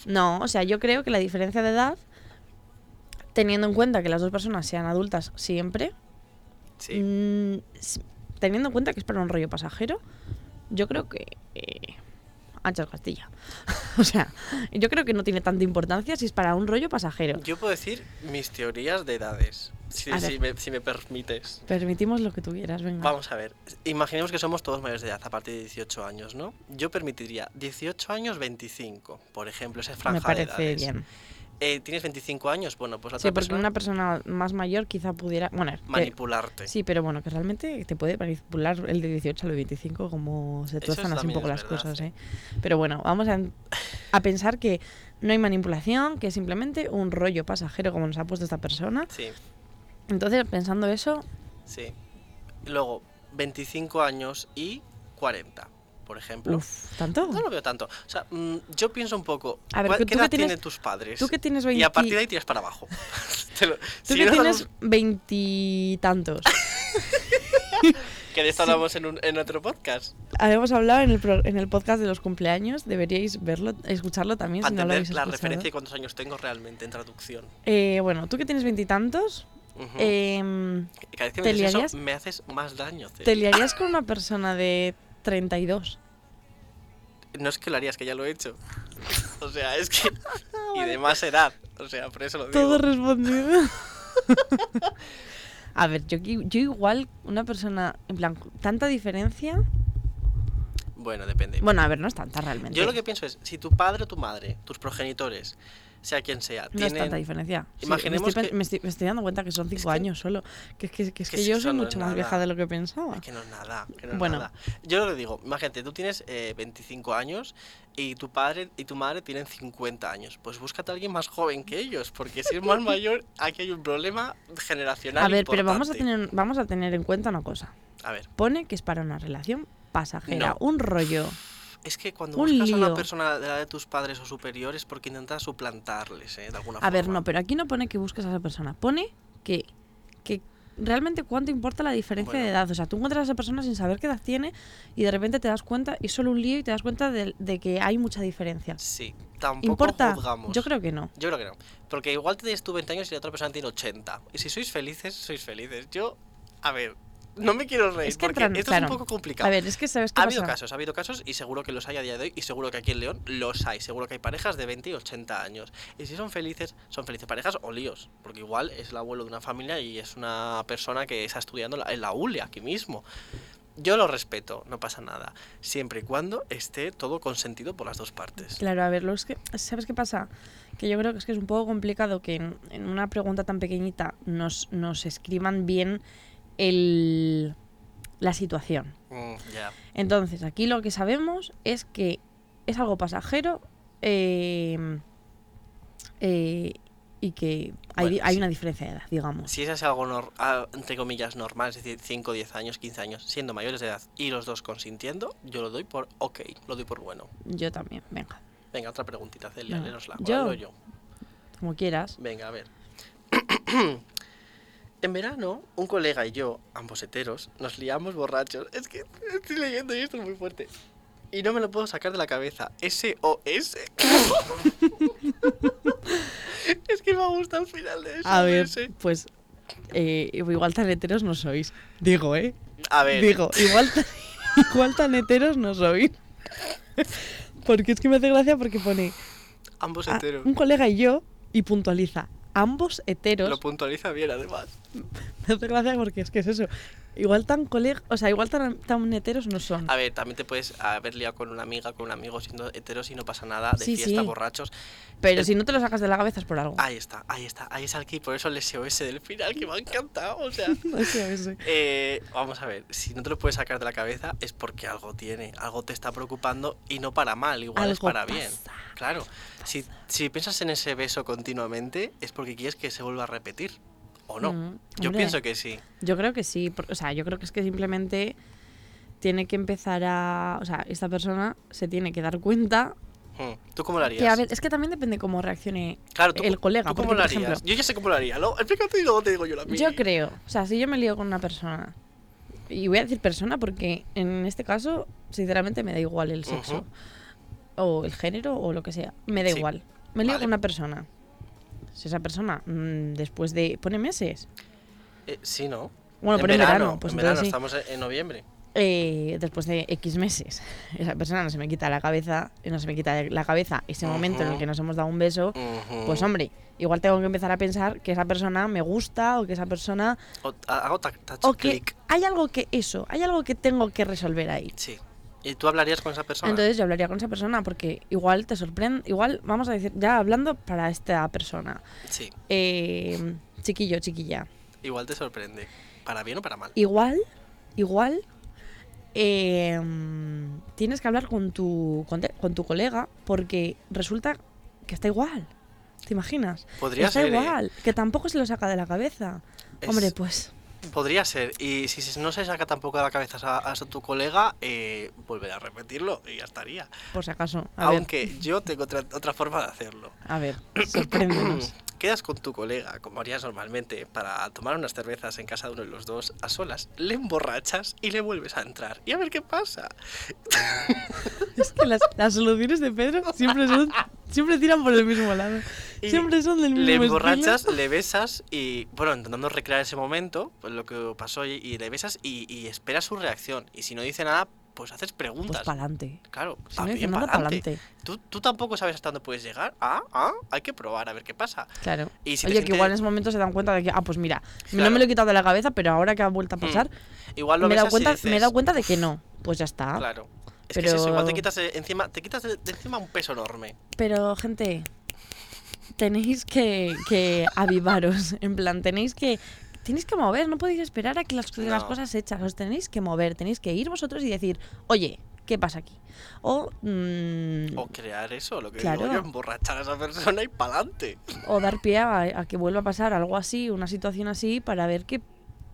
[SPEAKER 4] No, o sea, yo creo que la diferencia de edad, teniendo en cuenta que las dos personas sean adultas siempre,
[SPEAKER 5] sí.
[SPEAKER 4] mm, s- teniendo en cuenta que es para un rollo pasajero, yo creo que... eh, anchas Castilla. [LAUGHS] o sea, yo creo que no tiene tanta importancia si es para un rollo pasajero.
[SPEAKER 5] Yo puedo decir mis teorías de edades, si,
[SPEAKER 4] A
[SPEAKER 5] si
[SPEAKER 4] ver.
[SPEAKER 5] me, si me permites.
[SPEAKER 4] Permitimos lo que tuvieras, venga.
[SPEAKER 5] Vamos a ver, imaginemos que somos todos mayores de edad, a partir de 18 años, ¿no? Yo permitiría 18 años, 25, por ejemplo, esa franja
[SPEAKER 4] Me parece
[SPEAKER 5] de edades.
[SPEAKER 4] bien.
[SPEAKER 5] Eh, ¿Tienes 25 años? Bueno, pues la otra
[SPEAKER 4] Sí, porque
[SPEAKER 5] persona
[SPEAKER 4] una persona más mayor quizá pudiera... Bueno, que-
[SPEAKER 5] manipularte.
[SPEAKER 4] Sí, pero bueno, que realmente te puede manipular el de 18 al de 25 como se
[SPEAKER 5] Eso
[SPEAKER 4] tuerzan así un
[SPEAKER 5] también
[SPEAKER 4] poco
[SPEAKER 5] es
[SPEAKER 4] las
[SPEAKER 5] verdad,
[SPEAKER 4] cosas,
[SPEAKER 5] sí.
[SPEAKER 4] ¿eh? Pero bueno, vamos a, a pensar que no hay manipulación, que es simplemente un rollo pasajero como nos ha puesto esta persona.
[SPEAKER 5] Sí,
[SPEAKER 4] Entonces, pensando eso,
[SPEAKER 5] sí. Luego, 25 años y 40. por ejemplo.
[SPEAKER 4] Uf, ¿tanto?
[SPEAKER 5] No lo veo tanto. O sea, mm, yo pienso un poco.
[SPEAKER 4] A ver,
[SPEAKER 5] ¿cuál-
[SPEAKER 4] que
[SPEAKER 5] ¿Qué
[SPEAKER 4] tú que
[SPEAKER 5] edad tienen
[SPEAKER 4] tienes-
[SPEAKER 5] tus padres?
[SPEAKER 4] Tú que tienes
[SPEAKER 5] Y
[SPEAKER 4] 20
[SPEAKER 5] a partir de ahí tiras para abajo. [LAUGHS] Te lo-
[SPEAKER 4] Tú
[SPEAKER 5] si
[SPEAKER 4] que
[SPEAKER 5] no hablamos-
[SPEAKER 4] tienes
[SPEAKER 5] [LAUGHS]
[SPEAKER 4] veintitantos.
[SPEAKER 5] que de esto hablamos en, un- en otro podcast.
[SPEAKER 4] Habíamos hablado en el, pro- en el podcast de los cumpleaños. Deberíais verlo, escucharlo también si
[SPEAKER 5] Para
[SPEAKER 4] no lo
[SPEAKER 5] entender
[SPEAKER 4] habéis
[SPEAKER 5] la
[SPEAKER 4] escuchado.
[SPEAKER 5] referencia y cuántos años tengo realmente en traducción.
[SPEAKER 4] Eh, bueno, tú que tienes veintitantos,
[SPEAKER 5] Ujú.
[SPEAKER 4] em,
[SPEAKER 5] Cada vez que
[SPEAKER 4] ¿te
[SPEAKER 5] me dices
[SPEAKER 4] liarías?
[SPEAKER 5] eso, me haces más daño. Cel.
[SPEAKER 4] ¿te liarías con una persona de 32?
[SPEAKER 5] No es que lo harías, que ya lo he hecho. [LAUGHS] O sea,
[SPEAKER 4] [LAUGHS]
[SPEAKER 5] es que. y de más edad. O sea, por eso lo digo.
[SPEAKER 4] Todo respondido. [LAUGHS] A ver, yo, qui- yo igual, una persona, en plan, tanta diferencia.
[SPEAKER 5] Bueno, depende.
[SPEAKER 4] Bueno, a ver, no es tanta realmente.
[SPEAKER 5] Yo lo que pienso es: si tu padre o tu madre, tus progenitores, sea quien sea,
[SPEAKER 4] No es
[SPEAKER 5] tienen.
[SPEAKER 4] tanta diferencia. Sí,
[SPEAKER 5] Imaginemos
[SPEAKER 4] me, estoy, pen-
[SPEAKER 5] que-
[SPEAKER 4] me estoy- me estoy dando cuenta que son cinco
[SPEAKER 5] que-
[SPEAKER 4] años solo. Que es que, que es
[SPEAKER 5] que
[SPEAKER 4] que
[SPEAKER 5] es
[SPEAKER 4] yo
[SPEAKER 5] que
[SPEAKER 4] soy
[SPEAKER 5] solo
[SPEAKER 4] mucho más
[SPEAKER 5] nada.
[SPEAKER 4] vieja de lo que pensaba.
[SPEAKER 5] Es que no es nada, que no es
[SPEAKER 4] Bueno.
[SPEAKER 5] nada. Yo lo que digo, imagínate, tú tienes eh, 25 años y tu padre y tu madre tienen 50 años. Pues búscate a alguien más joven que ellos, porque si es
[SPEAKER 4] [LAUGHS]
[SPEAKER 5] más mayor, aquí hay un problema generacional.
[SPEAKER 4] A ver, pero vamos a,
[SPEAKER 5] importante.
[SPEAKER 4] tener, vamos a tener en cuenta una cosa.
[SPEAKER 5] A ver,
[SPEAKER 4] Pone que es para una relación pasajera,
[SPEAKER 5] No.
[SPEAKER 4] un rollo.
[SPEAKER 5] es que cuando
[SPEAKER 4] Un
[SPEAKER 5] buscas a
[SPEAKER 4] lío.
[SPEAKER 5] una persona de la edad de tus padres o superiores, porque intentas suplantarles, ¿eh? De alguna forma.
[SPEAKER 4] A ver, no, pero aquí no pone que busques a esa persona. Pone que, que realmente cuánto importa la diferencia de
[SPEAKER 5] Bueno.
[SPEAKER 4] edad. O sea, tú encuentras a esa persona sin saber qué edad tiene y de repente te das cuenta, y es solo un lío, y te das cuenta de, de que hay mucha diferencia.
[SPEAKER 5] Sí, tampoco
[SPEAKER 4] ¿Importa?
[SPEAKER 5] juzgamos.
[SPEAKER 4] Yo creo que no.
[SPEAKER 5] Yo creo que no. Porque igual tienes tú 20 años y la otra persona tiene 80. Y si sois felices, sois felices. Yo, a ver, no me quiero reír
[SPEAKER 4] Es que
[SPEAKER 5] porque
[SPEAKER 4] entran-
[SPEAKER 5] esto
[SPEAKER 4] claro.
[SPEAKER 5] es un poco complicado.
[SPEAKER 4] A ver, es que sabes qué
[SPEAKER 5] ha
[SPEAKER 4] pasa.
[SPEAKER 5] habido casos, ha habido casos y seguro que los hay a día de hoy y seguro que aquí en León los hay. Seguro que hay parejas de 20 y 80 años. Y si son felices, son felices parejas o líos. Porque igual es el abuelo de una familia y es una persona que está estudiando la- en la ULE aquí mismo. Yo lo respeto, no pasa nada. Siempre y cuando esté todo consentido por las dos partes.
[SPEAKER 4] Claro, a ver, lo es que, ¿sabes qué pasa? Que yo creo que es que es un poco complicado que en, en una pregunta tan pequeñita nos, nos escriban bien el, la situación.
[SPEAKER 5] Mm, ya.
[SPEAKER 4] Entonces, aquí lo que sabemos es que es algo pasajero eh, eh, y que hay,
[SPEAKER 5] Bueno,
[SPEAKER 4] hay
[SPEAKER 5] sí.
[SPEAKER 4] una diferencia de edad, digamos.
[SPEAKER 5] Si es así algo, nor- ah, entre comillas, normal, es decir, 5, 10 años, 15 años, siendo mayores de edad y los dos consintiendo, yo lo doy por ok, lo doy por bueno.
[SPEAKER 4] Yo también, venga,
[SPEAKER 5] Venga, otra preguntita, Celia,
[SPEAKER 4] Venga.
[SPEAKER 5] léenosla.
[SPEAKER 4] ¿Yo?
[SPEAKER 5] Yo. yo.
[SPEAKER 4] como quieras.
[SPEAKER 5] Venga, a ver. [CLEARS THROAT] En verano, un colega y yo, ambos heteros, nos liamos borrachos. Es que estoy leyendo y esto es muy fuerte. Y no me lo puedo sacar de la cabeza. S.O.S. [LAUGHS] es que me ha gustado el final de eso.
[SPEAKER 4] A ver, pues eh, igual tan heteros no sois. Digo, ¿eh?
[SPEAKER 5] A ver.
[SPEAKER 4] Digo, [LAUGHS] igual tan, igual tan heteros no sois. porque es que me hace gracia porque pone
[SPEAKER 5] ambos
[SPEAKER 4] a-
[SPEAKER 5] heteros.
[SPEAKER 4] un colega y yo y puntualiza. Ambos heteros.
[SPEAKER 5] Lo puntualiza bien, además.
[SPEAKER 4] [LAUGHS] Me hace gracia porque es que es eso. Igual tan colega, o sea, igual tan, tan heteros no son.
[SPEAKER 5] A ver, también te puedes haber liado con una amiga, con un amigo siendo heteros y no pasa nada, de
[SPEAKER 4] Sí,
[SPEAKER 5] fiesta,
[SPEAKER 4] sí.
[SPEAKER 5] borrachos.
[SPEAKER 4] Pero
[SPEAKER 5] el-
[SPEAKER 4] si no te lo sacas de la cabeza es por algo.
[SPEAKER 5] Ahí está, ahí está, ahí está el key, por eso el SOS del final que me ha encantado, o sea.
[SPEAKER 4] [LAUGHS] No sé, a ver, sí.
[SPEAKER 5] Eh, vamos a ver, si no te lo puedes sacar de la cabeza es porque algo tiene, algo te está preocupando y no para mal, igual es
[SPEAKER 4] Algo
[SPEAKER 5] para bien.
[SPEAKER 4] pasa.
[SPEAKER 5] Claro, si, si piensas en ese beso continuamente es porque quieres que se vuelva a repetir, ¿o no?
[SPEAKER 4] Mm,
[SPEAKER 5] Yo
[SPEAKER 4] hombre.
[SPEAKER 5] pienso que sí.
[SPEAKER 4] Yo creo que sí. por- o sea, yo creo que es que simplemente tiene que empezar a. O sea, esta persona se tiene que dar cuenta.
[SPEAKER 5] Mm, ¿Tú cómo lo harías?
[SPEAKER 4] Que a ver, es que también depende cómo reaccione
[SPEAKER 5] claro, ¿tú,
[SPEAKER 4] el colega.
[SPEAKER 5] ¿tú cómo
[SPEAKER 4] porque,
[SPEAKER 5] lo
[SPEAKER 4] por
[SPEAKER 5] harías?
[SPEAKER 4] ejemplo,
[SPEAKER 5] yo ya sé cómo lo haría, lo- explícate y luego te digo yo la mía.
[SPEAKER 4] Yo creo, o sea, si yo me lío con una persona, y voy a decir persona porque en este caso, sinceramente, me da igual el sexo, o el género, o lo que sea, me da
[SPEAKER 5] Sí.
[SPEAKER 4] igual. Me lío
[SPEAKER 5] Vale.
[SPEAKER 4] con una persona. Si esa persona, mm, después de. pone meses.
[SPEAKER 5] Eh, sí, ¿no?
[SPEAKER 4] Bueno, pone en verano, pues
[SPEAKER 5] en
[SPEAKER 4] entonces
[SPEAKER 5] verano,
[SPEAKER 4] sí.
[SPEAKER 5] estamos en, en noviembre.
[SPEAKER 4] Eh, después de X meses, [LAUGHS] esa persona no se me quita la cabeza, no se me quita de la cabeza ese momento en el
[SPEAKER 5] Ujú.
[SPEAKER 4] que nos hemos dado un beso.
[SPEAKER 5] Ujú.
[SPEAKER 4] Pues hombre, igual tengo que empezar a pensar que esa persona me gusta o que esa persona
[SPEAKER 5] O- ha- hago tac- touch
[SPEAKER 4] o que
[SPEAKER 5] click.
[SPEAKER 4] hay algo que eso, hay algo que tengo que resolver ahí.
[SPEAKER 5] Sí. ¿Y tú hablarías con esa persona?
[SPEAKER 4] Entonces yo hablaría con esa persona porque igual te sorprende, igual vamos a decir, ya hablando para esta persona,
[SPEAKER 5] Sí.
[SPEAKER 4] eh, chiquillo, chiquilla,
[SPEAKER 5] Igual te sorprende. Para bien o para mal.
[SPEAKER 4] igual, igual, eh, tienes que hablar con tu, con, te- con tu colega porque resulta que está igual, ¿te imaginas?
[SPEAKER 5] Podría
[SPEAKER 4] está
[SPEAKER 5] ser, ¿eh?
[SPEAKER 4] igual, que tampoco se lo saca de la cabeza.
[SPEAKER 5] Es-
[SPEAKER 4] Hombre, pues
[SPEAKER 5] Podría ser. Y si se- no se saca tampoco de la cabeza a, a tu colega, eh, volver a repetirlo y ya estaría.
[SPEAKER 4] Por si acaso. A ver,
[SPEAKER 5] Aunque yo tengo otra, otra forma de hacerlo.
[SPEAKER 4] a ver, sorpréndenos.
[SPEAKER 5] Quedas con tu colega, como harías normalmente, para tomar unas cervezas en casa de uno de los dos, a solas, le emborrachas y le vuelves a entrar. Y a ver qué pasa.
[SPEAKER 4] [LAUGHS] es que las, las soluciones de Pedro siempre son. Siempre tiran por el mismo lado.
[SPEAKER 5] Y
[SPEAKER 4] Siempre son del mismo
[SPEAKER 5] Le
[SPEAKER 4] estilo.
[SPEAKER 5] emborrachas, le besas y, bueno, intentando recrear ese momento, pues lo que pasó, y, y le besas y, y esperas su reacción. Y si no dice nada, pues haces
[SPEAKER 4] Pues
[SPEAKER 5] preguntas.
[SPEAKER 4] para adelante.
[SPEAKER 5] claro,
[SPEAKER 4] Si no
[SPEAKER 5] también
[SPEAKER 4] dice nada, para
[SPEAKER 5] pa'lante.
[SPEAKER 4] adelante.
[SPEAKER 5] ¿Tú, tú tampoco sabes hasta dónde puedes llegar. Ah, ah, hay que probar a ver qué pasa.
[SPEAKER 4] Claro.
[SPEAKER 5] Y si te
[SPEAKER 4] Oye, que
[SPEAKER 5] sientes-
[SPEAKER 4] igual en ese momento se dan cuenta de que, ah, pues mira, no
[SPEAKER 5] Claro. Mm,
[SPEAKER 4] me lo he quitado de la cabeza, pero ahora que ha vuelto a pasar,
[SPEAKER 5] Igual lo
[SPEAKER 4] me, he dado
[SPEAKER 5] besas y
[SPEAKER 4] cuenta, me he
[SPEAKER 5] dices, "Ah,
[SPEAKER 4] dado cuenta de que no. Pues ya está.
[SPEAKER 5] Claro. Es que es eso, igual te
[SPEAKER 4] Pero-
[SPEAKER 5] quitas de encima, te quitas de, de encima un peso enorme.
[SPEAKER 4] Pero, gente, tenéis que, que avivaros. En plan, tenéis que. Tenéis que mover, no podéis esperar a que las, las
[SPEAKER 5] No.
[SPEAKER 4] cosas hechas. Os tenéis que mover, tenéis que ir vosotros y decir, oye, ¿qué pasa aquí? O, mm,
[SPEAKER 5] O crear eso, lo que
[SPEAKER 4] Claro.
[SPEAKER 5] digo yo, emborrachar a esa persona y pa'lante.
[SPEAKER 4] o dar pie a, a que vuelva a pasar algo así, una situación así, para ver qué.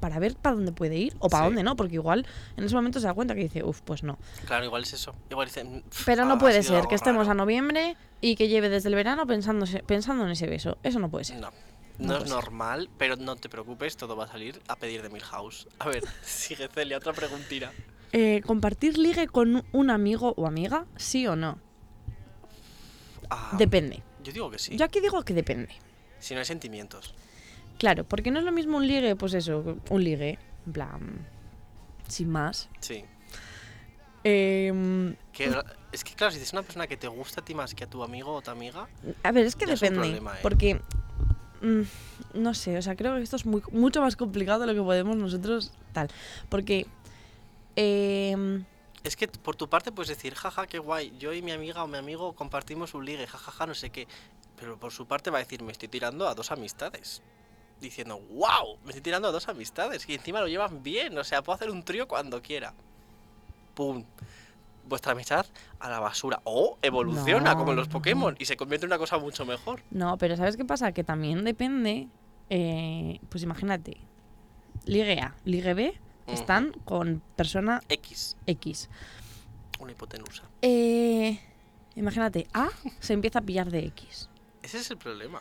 [SPEAKER 4] Para ver para dónde puede ir o para
[SPEAKER 5] Sí.
[SPEAKER 4] dónde no, porque igual en ese momento se da cuenta que dice, uff, pues no.
[SPEAKER 5] Claro, igual es eso. Igual dicen, "Pff,
[SPEAKER 4] Pero
[SPEAKER 5] ha-
[SPEAKER 4] no
[SPEAKER 5] ha
[SPEAKER 4] puede
[SPEAKER 5] sido
[SPEAKER 4] ser
[SPEAKER 5] Ah, algo
[SPEAKER 4] que estemos a
[SPEAKER 5] raro".
[SPEAKER 4] noviembre y que lleve desde el verano pensándose- pensando en ese beso. Eso no puede ser.
[SPEAKER 5] No.
[SPEAKER 4] No
[SPEAKER 5] No
[SPEAKER 4] puede
[SPEAKER 5] es
[SPEAKER 4] ser.
[SPEAKER 5] normal, pero no te preocupes, todo va a salir a pedir de Milhouse. A ver, [LAUGHS] sigue Celia, otra preguntita.
[SPEAKER 4] Eh, ¿Compartir ligue con un amigo o amiga? ¿Sí o no?
[SPEAKER 5] Ah,
[SPEAKER 4] Depende.
[SPEAKER 5] yo digo que sí.
[SPEAKER 4] Yo aquí digo que depende.
[SPEAKER 5] Si no hay sentimientos.
[SPEAKER 4] Claro, porque no es lo mismo un ligue, pues eso, un ligue, en plan, sin más.
[SPEAKER 5] Sí.
[SPEAKER 4] Eh,
[SPEAKER 5] Que, es que claro, si es una persona que te gusta a ti más que a tu amigo o tu amiga,
[SPEAKER 4] a ver, es que
[SPEAKER 5] Ya es un
[SPEAKER 4] depende,
[SPEAKER 5] problema, ¿eh?
[SPEAKER 4] porque, mm, no sé, o sea, creo que esto es muy, mucho más complicado de lo que podemos nosotros tal, porque... eh,
[SPEAKER 5] es que por tu parte puedes decir, jaja, qué guay, yo y mi amiga o mi amigo compartimos un ligue, jajaja, no sé qué. Pero por su parte va a decir, me estoy tirando a dos amistades. Diciendo, wow, me estoy tirando a dos amistades. Y encima lo llevan bien, o sea, puedo hacer un trío cuando quiera. ¡Pum! Vuestra amistad a la basura. O evoluciona
[SPEAKER 4] No,
[SPEAKER 5] como en los
[SPEAKER 4] no.
[SPEAKER 5] Pokémon y se convierte en una cosa mucho mejor.
[SPEAKER 4] No, pero ¿sabes qué pasa? Que también depende. eh, pues imagínate, Ligue A, Ligue B
[SPEAKER 5] Ujú.
[SPEAKER 4] están con persona
[SPEAKER 5] X,
[SPEAKER 4] X.
[SPEAKER 5] una hipotenusa.
[SPEAKER 4] Eh, imagínate, A se empieza a pillar de X.
[SPEAKER 5] Ese es el problema.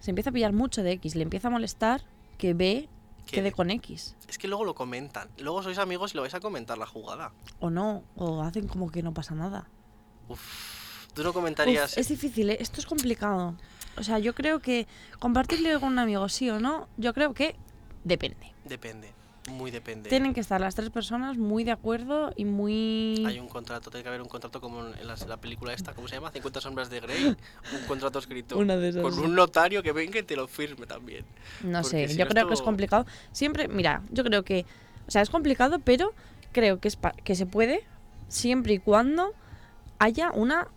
[SPEAKER 4] Se empieza a pillar mucho de X. Le empieza a molestar que B
[SPEAKER 5] Que-
[SPEAKER 4] quede con X.
[SPEAKER 5] Es que luego lo comentan. Luego sois amigos y lo vais a comentar la jugada.
[SPEAKER 4] O no, o hacen como que no pasa nada.
[SPEAKER 5] Uf, tú no
[SPEAKER 4] Uf,
[SPEAKER 5] comentarías.
[SPEAKER 4] es difícil, ¿eh? esto es complicado. O sea, yo creo que compartirle con un amigo sí o no, yo creo que depende.
[SPEAKER 5] Depende, muy depende.
[SPEAKER 4] Tienen que estar las tres personas muy de acuerdo y muy...
[SPEAKER 5] Hay un contrato, tiene que haber un contrato como en las- la película esta, ¿cómo se llama? 50 sombras de Grey. Un contrato escrito
[SPEAKER 4] Una de esas.
[SPEAKER 5] con un notario que venga y te lo firme también.
[SPEAKER 4] No
[SPEAKER 5] Porque
[SPEAKER 4] sé,
[SPEAKER 5] si
[SPEAKER 4] yo
[SPEAKER 5] no
[SPEAKER 4] creo que es
[SPEAKER 5] esto-
[SPEAKER 4] complicado. Siempre, mira, yo creo que, o sea, es complicado, pero creo que, es pa- que se puede siempre y cuando haya una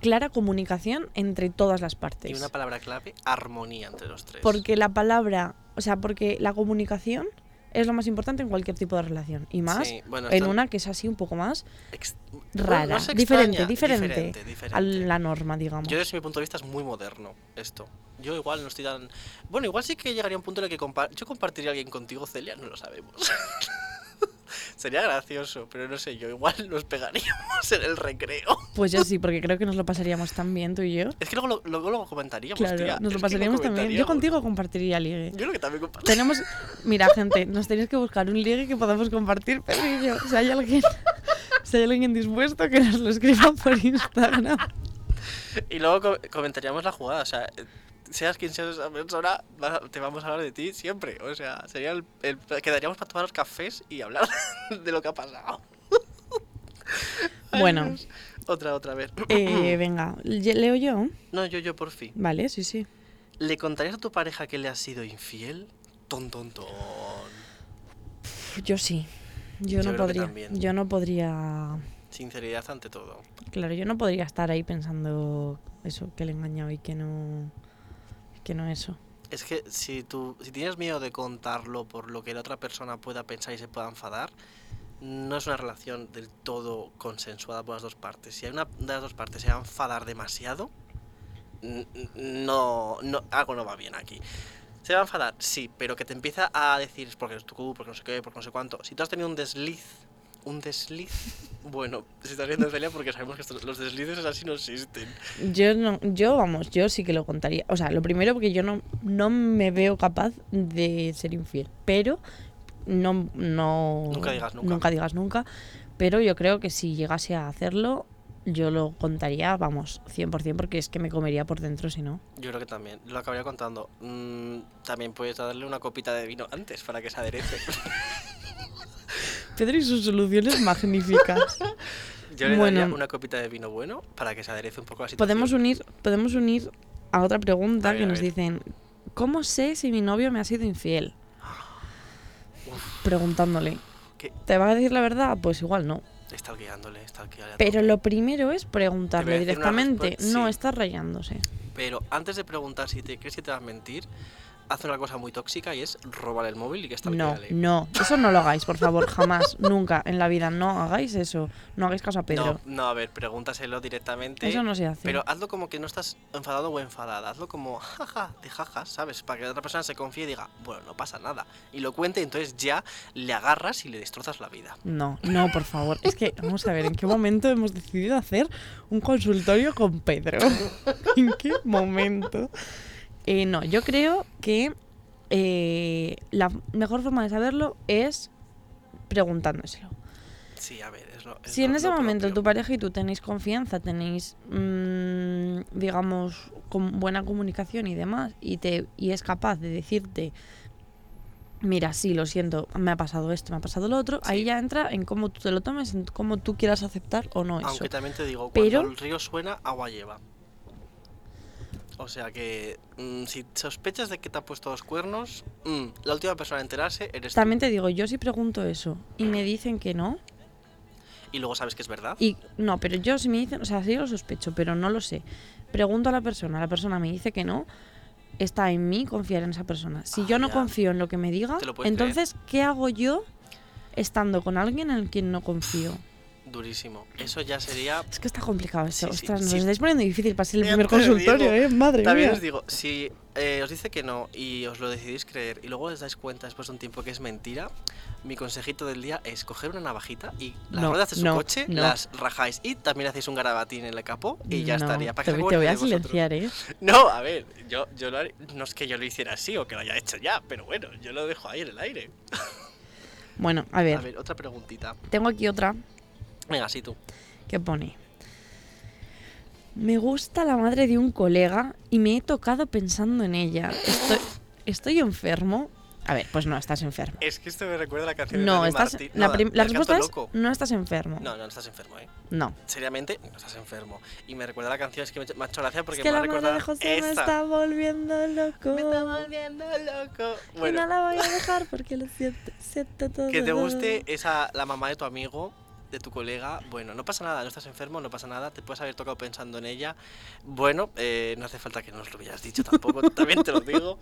[SPEAKER 4] clara comunicación entre todas las partes.
[SPEAKER 5] Y una palabra clave, armonía entre los tres.
[SPEAKER 4] Porque la palabra, o sea, porque la comunicación es lo más importante en cualquier tipo de relación. Y más
[SPEAKER 5] Sí, bueno,
[SPEAKER 4] en
[SPEAKER 5] esto
[SPEAKER 4] una que es así un poco más
[SPEAKER 5] ex- no-
[SPEAKER 4] rara,
[SPEAKER 5] no se
[SPEAKER 4] diferente,
[SPEAKER 5] extraña,
[SPEAKER 4] diferente,
[SPEAKER 5] diferente,
[SPEAKER 4] a
[SPEAKER 5] diferente.
[SPEAKER 4] la norma, digamos.
[SPEAKER 5] Yo desde mi punto de vista es muy moderno esto. Yo igual no estoy tan... Bueno, igual sí que llegaría un punto en el que compa- yo compartiría a alguien contigo, Celia, no lo sabemos. [LAUGHS] Sería gracioso, pero no sé, yo igual nos pegaríamos en el recreo.
[SPEAKER 4] Pues yo sí, porque creo que nos lo pasaríamos tan bien tú y yo.
[SPEAKER 5] Es que luego lo, luego lo comentaríamos,
[SPEAKER 4] Claro,
[SPEAKER 5] pues, tía.
[SPEAKER 4] nos lo
[SPEAKER 5] Es que
[SPEAKER 4] pasaríamos también. Yo
[SPEAKER 5] comentaríamos.
[SPEAKER 4] contigo compartiría ligue.
[SPEAKER 5] Yo creo que también compartiría.
[SPEAKER 4] Tenemos. Mira, gente, nos tenéis que buscar un ligue que podamos compartir, Pedro y yo. Si hay alguien. [LAUGHS] Si hay alguien dispuesto, que nos lo escriba por Instagram.
[SPEAKER 5] [LAUGHS] Y luego co- comentaríamos la jugada, o sea, eh, seas quien seas esa persona, va- te vamos a hablar de ti siempre. O sea, sería el, el- quedaríamos para tomar los cafés y hablar [LAUGHS] de lo que ha pasado. Ay,
[SPEAKER 4] Bueno.
[SPEAKER 5] Dios. Otra, otra vez.
[SPEAKER 4] Eh, venga, ¿ye- leo yo.
[SPEAKER 5] No, yo, yo por fin.
[SPEAKER 4] Vale, sí, sí.
[SPEAKER 5] ¿Le contarías a tu pareja que le has sido infiel? Ton, ton, ton.
[SPEAKER 4] Yo sí. Yo, no
[SPEAKER 5] Yo creo que
[SPEAKER 4] podría.
[SPEAKER 5] también.
[SPEAKER 4] Yo no podría.
[SPEAKER 5] Sinceridad ante todo.
[SPEAKER 4] Claro, yo no podría estar ahí pensando eso, que le he engañado y que no. Que no eso.
[SPEAKER 5] Es que si tú si tienes miedo de contarlo por lo que la otra persona pueda pensar y se pueda enfadar, no es una relación del todo consensuada por las dos partes. Si hay una de las dos partes se va a enfadar demasiado, n- n- no, no algo no va bien aquí. Se va a enfadar, sí, pero que te empieza a decir es porque es tu cu, porque no sé qué, porque no sé cuánto. Si tú has tenido un desliz, un desliz, [LAUGHS] bueno, si estás viendo pelea porque sabemos que estos- los deslices así no existen.
[SPEAKER 4] Yo no, yo vamos, yo sí que lo contaría. O sea, lo primero porque yo no, no me veo capaz de ser infiel, pero no, no
[SPEAKER 5] Nunca digas nunca.
[SPEAKER 4] digas nunca, pero yo creo que si llegase a hacerlo, yo lo contaría, vamos, 100% porque es que me comería por dentro si no.
[SPEAKER 5] Yo creo que también, lo acabaría contando. Mm, también puedes darle una copita de vino antes para que se aderece.
[SPEAKER 4] Pedro y sus soluciones [LAUGHS] magníficas.
[SPEAKER 5] Yo le daría
[SPEAKER 4] Bueno.
[SPEAKER 5] una copita de vino bueno para que se aderece un poco la situación.
[SPEAKER 4] podemos unir, podemos unir a otra pregunta
[SPEAKER 5] A ver,
[SPEAKER 4] que
[SPEAKER 5] a
[SPEAKER 4] nos
[SPEAKER 5] ver.
[SPEAKER 4] dicen, ¿cómo sé si mi novio me ha sido infiel? Preguntándole.
[SPEAKER 5] ¿Qué?
[SPEAKER 4] ¿Te va a decir la verdad? Pues igual no.
[SPEAKER 5] Está guiándole, está guiándole.
[SPEAKER 4] Pero lo primero es preguntarle
[SPEAKER 5] decir una
[SPEAKER 4] directamente.
[SPEAKER 5] respuesta-
[SPEAKER 4] No,
[SPEAKER 5] sí.
[SPEAKER 4] estás rayándose.
[SPEAKER 5] Pero antes de preguntar si te crees que te vas a mentir, haz una cosa muy tóxica y es robar el móvil y que está
[SPEAKER 4] No, no. Eso no lo hagáis, por favor. Jamás, nunca en la vida. No hagáis eso. No hagáis caso a Pedro.
[SPEAKER 5] No, no, a ver, pregúntaselo directamente.
[SPEAKER 4] Eso no se hace.
[SPEAKER 5] Pero hazlo como que no estás enfadado o enfadada. Hazlo como jaja, de jaja, ¿sabes? Para que la otra persona se confíe y diga, bueno, no pasa nada. Y lo cuente, entonces ya le agarras y le destrozas la vida.
[SPEAKER 4] No, no, por favor. Es que, vamos a ver, ¿en qué momento hemos decidido hacer un consultorio con Pedro? [LAUGHS] ¿En qué momento? Eh, no, yo creo que eh, la mejor forma de saberlo es preguntándoselo.
[SPEAKER 5] Sí, a ver, es lo. es
[SPEAKER 4] Si en
[SPEAKER 5] lo-
[SPEAKER 4] ese
[SPEAKER 5] lo
[SPEAKER 4] momento
[SPEAKER 5] propio.
[SPEAKER 4] tu pareja y tú tenéis confianza, tenéis, mm, digamos, con buena comunicación y demás, y, te, y es capaz de decirte, mira, sí, lo siento, me ha pasado esto, me ha pasado lo otro, ahí
[SPEAKER 5] Sí.
[SPEAKER 4] ya entra en cómo tú te lo tomes, en cómo tú quieras aceptar o no eso.
[SPEAKER 5] Aunque también te digo, cuando
[SPEAKER 4] Pero-
[SPEAKER 5] el río suena, agua lleva. O sea que mm, si sospechas de que te ha puesto los cuernos, mm, la última persona a enterarse eres tú.
[SPEAKER 4] También te digo, yo si pregunto eso y me dicen que no,
[SPEAKER 5] Y luego sabes que es verdad.
[SPEAKER 4] y no, pero yo si me dicen, o sea, sí lo sospecho, pero no lo sé. Pregunto a la persona, la persona me dice que no, está en mí confiar en esa persona. Si
[SPEAKER 5] Ah,
[SPEAKER 4] yo no
[SPEAKER 5] ya.
[SPEAKER 4] confío en lo que me diga,
[SPEAKER 5] Te lo puedes
[SPEAKER 4] entonces, ¿qué hago yo estando con alguien en quien no confío?
[SPEAKER 5] Durísimo. Eso ya sería
[SPEAKER 4] Es que está complicado esto.
[SPEAKER 5] Sí, sí,
[SPEAKER 4] Ostras, nos
[SPEAKER 5] sí.
[SPEAKER 4] lo estáis poniendo difícil para ser el
[SPEAKER 5] Ya
[SPEAKER 4] primer
[SPEAKER 5] te digo,
[SPEAKER 4] consultorio, ¿eh? Madre
[SPEAKER 5] También
[SPEAKER 4] mía.
[SPEAKER 5] os digo, si eh, os dice que no y os lo decidís creer y luego os dais cuenta después de un tiempo que es mentira, mi consejito del día es coger una navajita y las
[SPEAKER 4] No,
[SPEAKER 5] ruedas de su
[SPEAKER 4] no,
[SPEAKER 5] coche
[SPEAKER 4] no.
[SPEAKER 5] las rajáis y también hacéis un garabatín en el capó y ya
[SPEAKER 4] No,
[SPEAKER 5] estaría. Para que
[SPEAKER 4] te,
[SPEAKER 5] se
[SPEAKER 4] te
[SPEAKER 5] acuerde
[SPEAKER 4] voy a
[SPEAKER 5] de vosotros.
[SPEAKER 4] silenciar, ¿eh?
[SPEAKER 5] No, a ver, yo, yo lo haré- no es que yo lo hiciera así o que lo haya hecho ya, pero bueno, yo lo dejo ahí en el aire.
[SPEAKER 4] Bueno, a ver,
[SPEAKER 5] A ver, otra preguntita.
[SPEAKER 4] tengo aquí otra
[SPEAKER 5] Venga, sí tú.
[SPEAKER 4] que pone... Me gusta la madre de un colega y me he tocado pensando en ella. Estoy, estoy enfermo. A ver, pues no, estás enfermo.
[SPEAKER 5] Es Eh, que esto me recuerda a la canción de
[SPEAKER 4] No,
[SPEAKER 5] Dani
[SPEAKER 4] estás,
[SPEAKER 5] Martín-
[SPEAKER 4] la,
[SPEAKER 5] no,
[SPEAKER 4] prim- la
[SPEAKER 5] del
[SPEAKER 4] respuesta
[SPEAKER 5] Gato
[SPEAKER 4] es
[SPEAKER 5] Loco.
[SPEAKER 4] no estás enfermo. No.
[SPEAKER 5] No, no, no estás enfermo, ¿eh? seriamente, no estás enfermo. Y me recuerda la canción, es que me ha hecho- me ha hecho gracia porque
[SPEAKER 4] es que
[SPEAKER 5] me ha
[SPEAKER 4] la madre
[SPEAKER 5] recordado
[SPEAKER 4] de José me
[SPEAKER 5] esa.
[SPEAKER 4] está volviendo loco.
[SPEAKER 5] Me está volviendo loco.
[SPEAKER 4] Y no
[SPEAKER 5] Bueno,
[SPEAKER 4] la voy a dejar porque lo siento, siento todo.
[SPEAKER 5] que te guste esa la mamá de tu amigo, de tu colega, bueno, no pasa nada, no estás enfermo, no pasa nada, te puedes haber tocado pensando en ella. Bueno, eh, no hace falta que nos lo hubieras dicho tampoco, [LAUGHS] también te lo digo.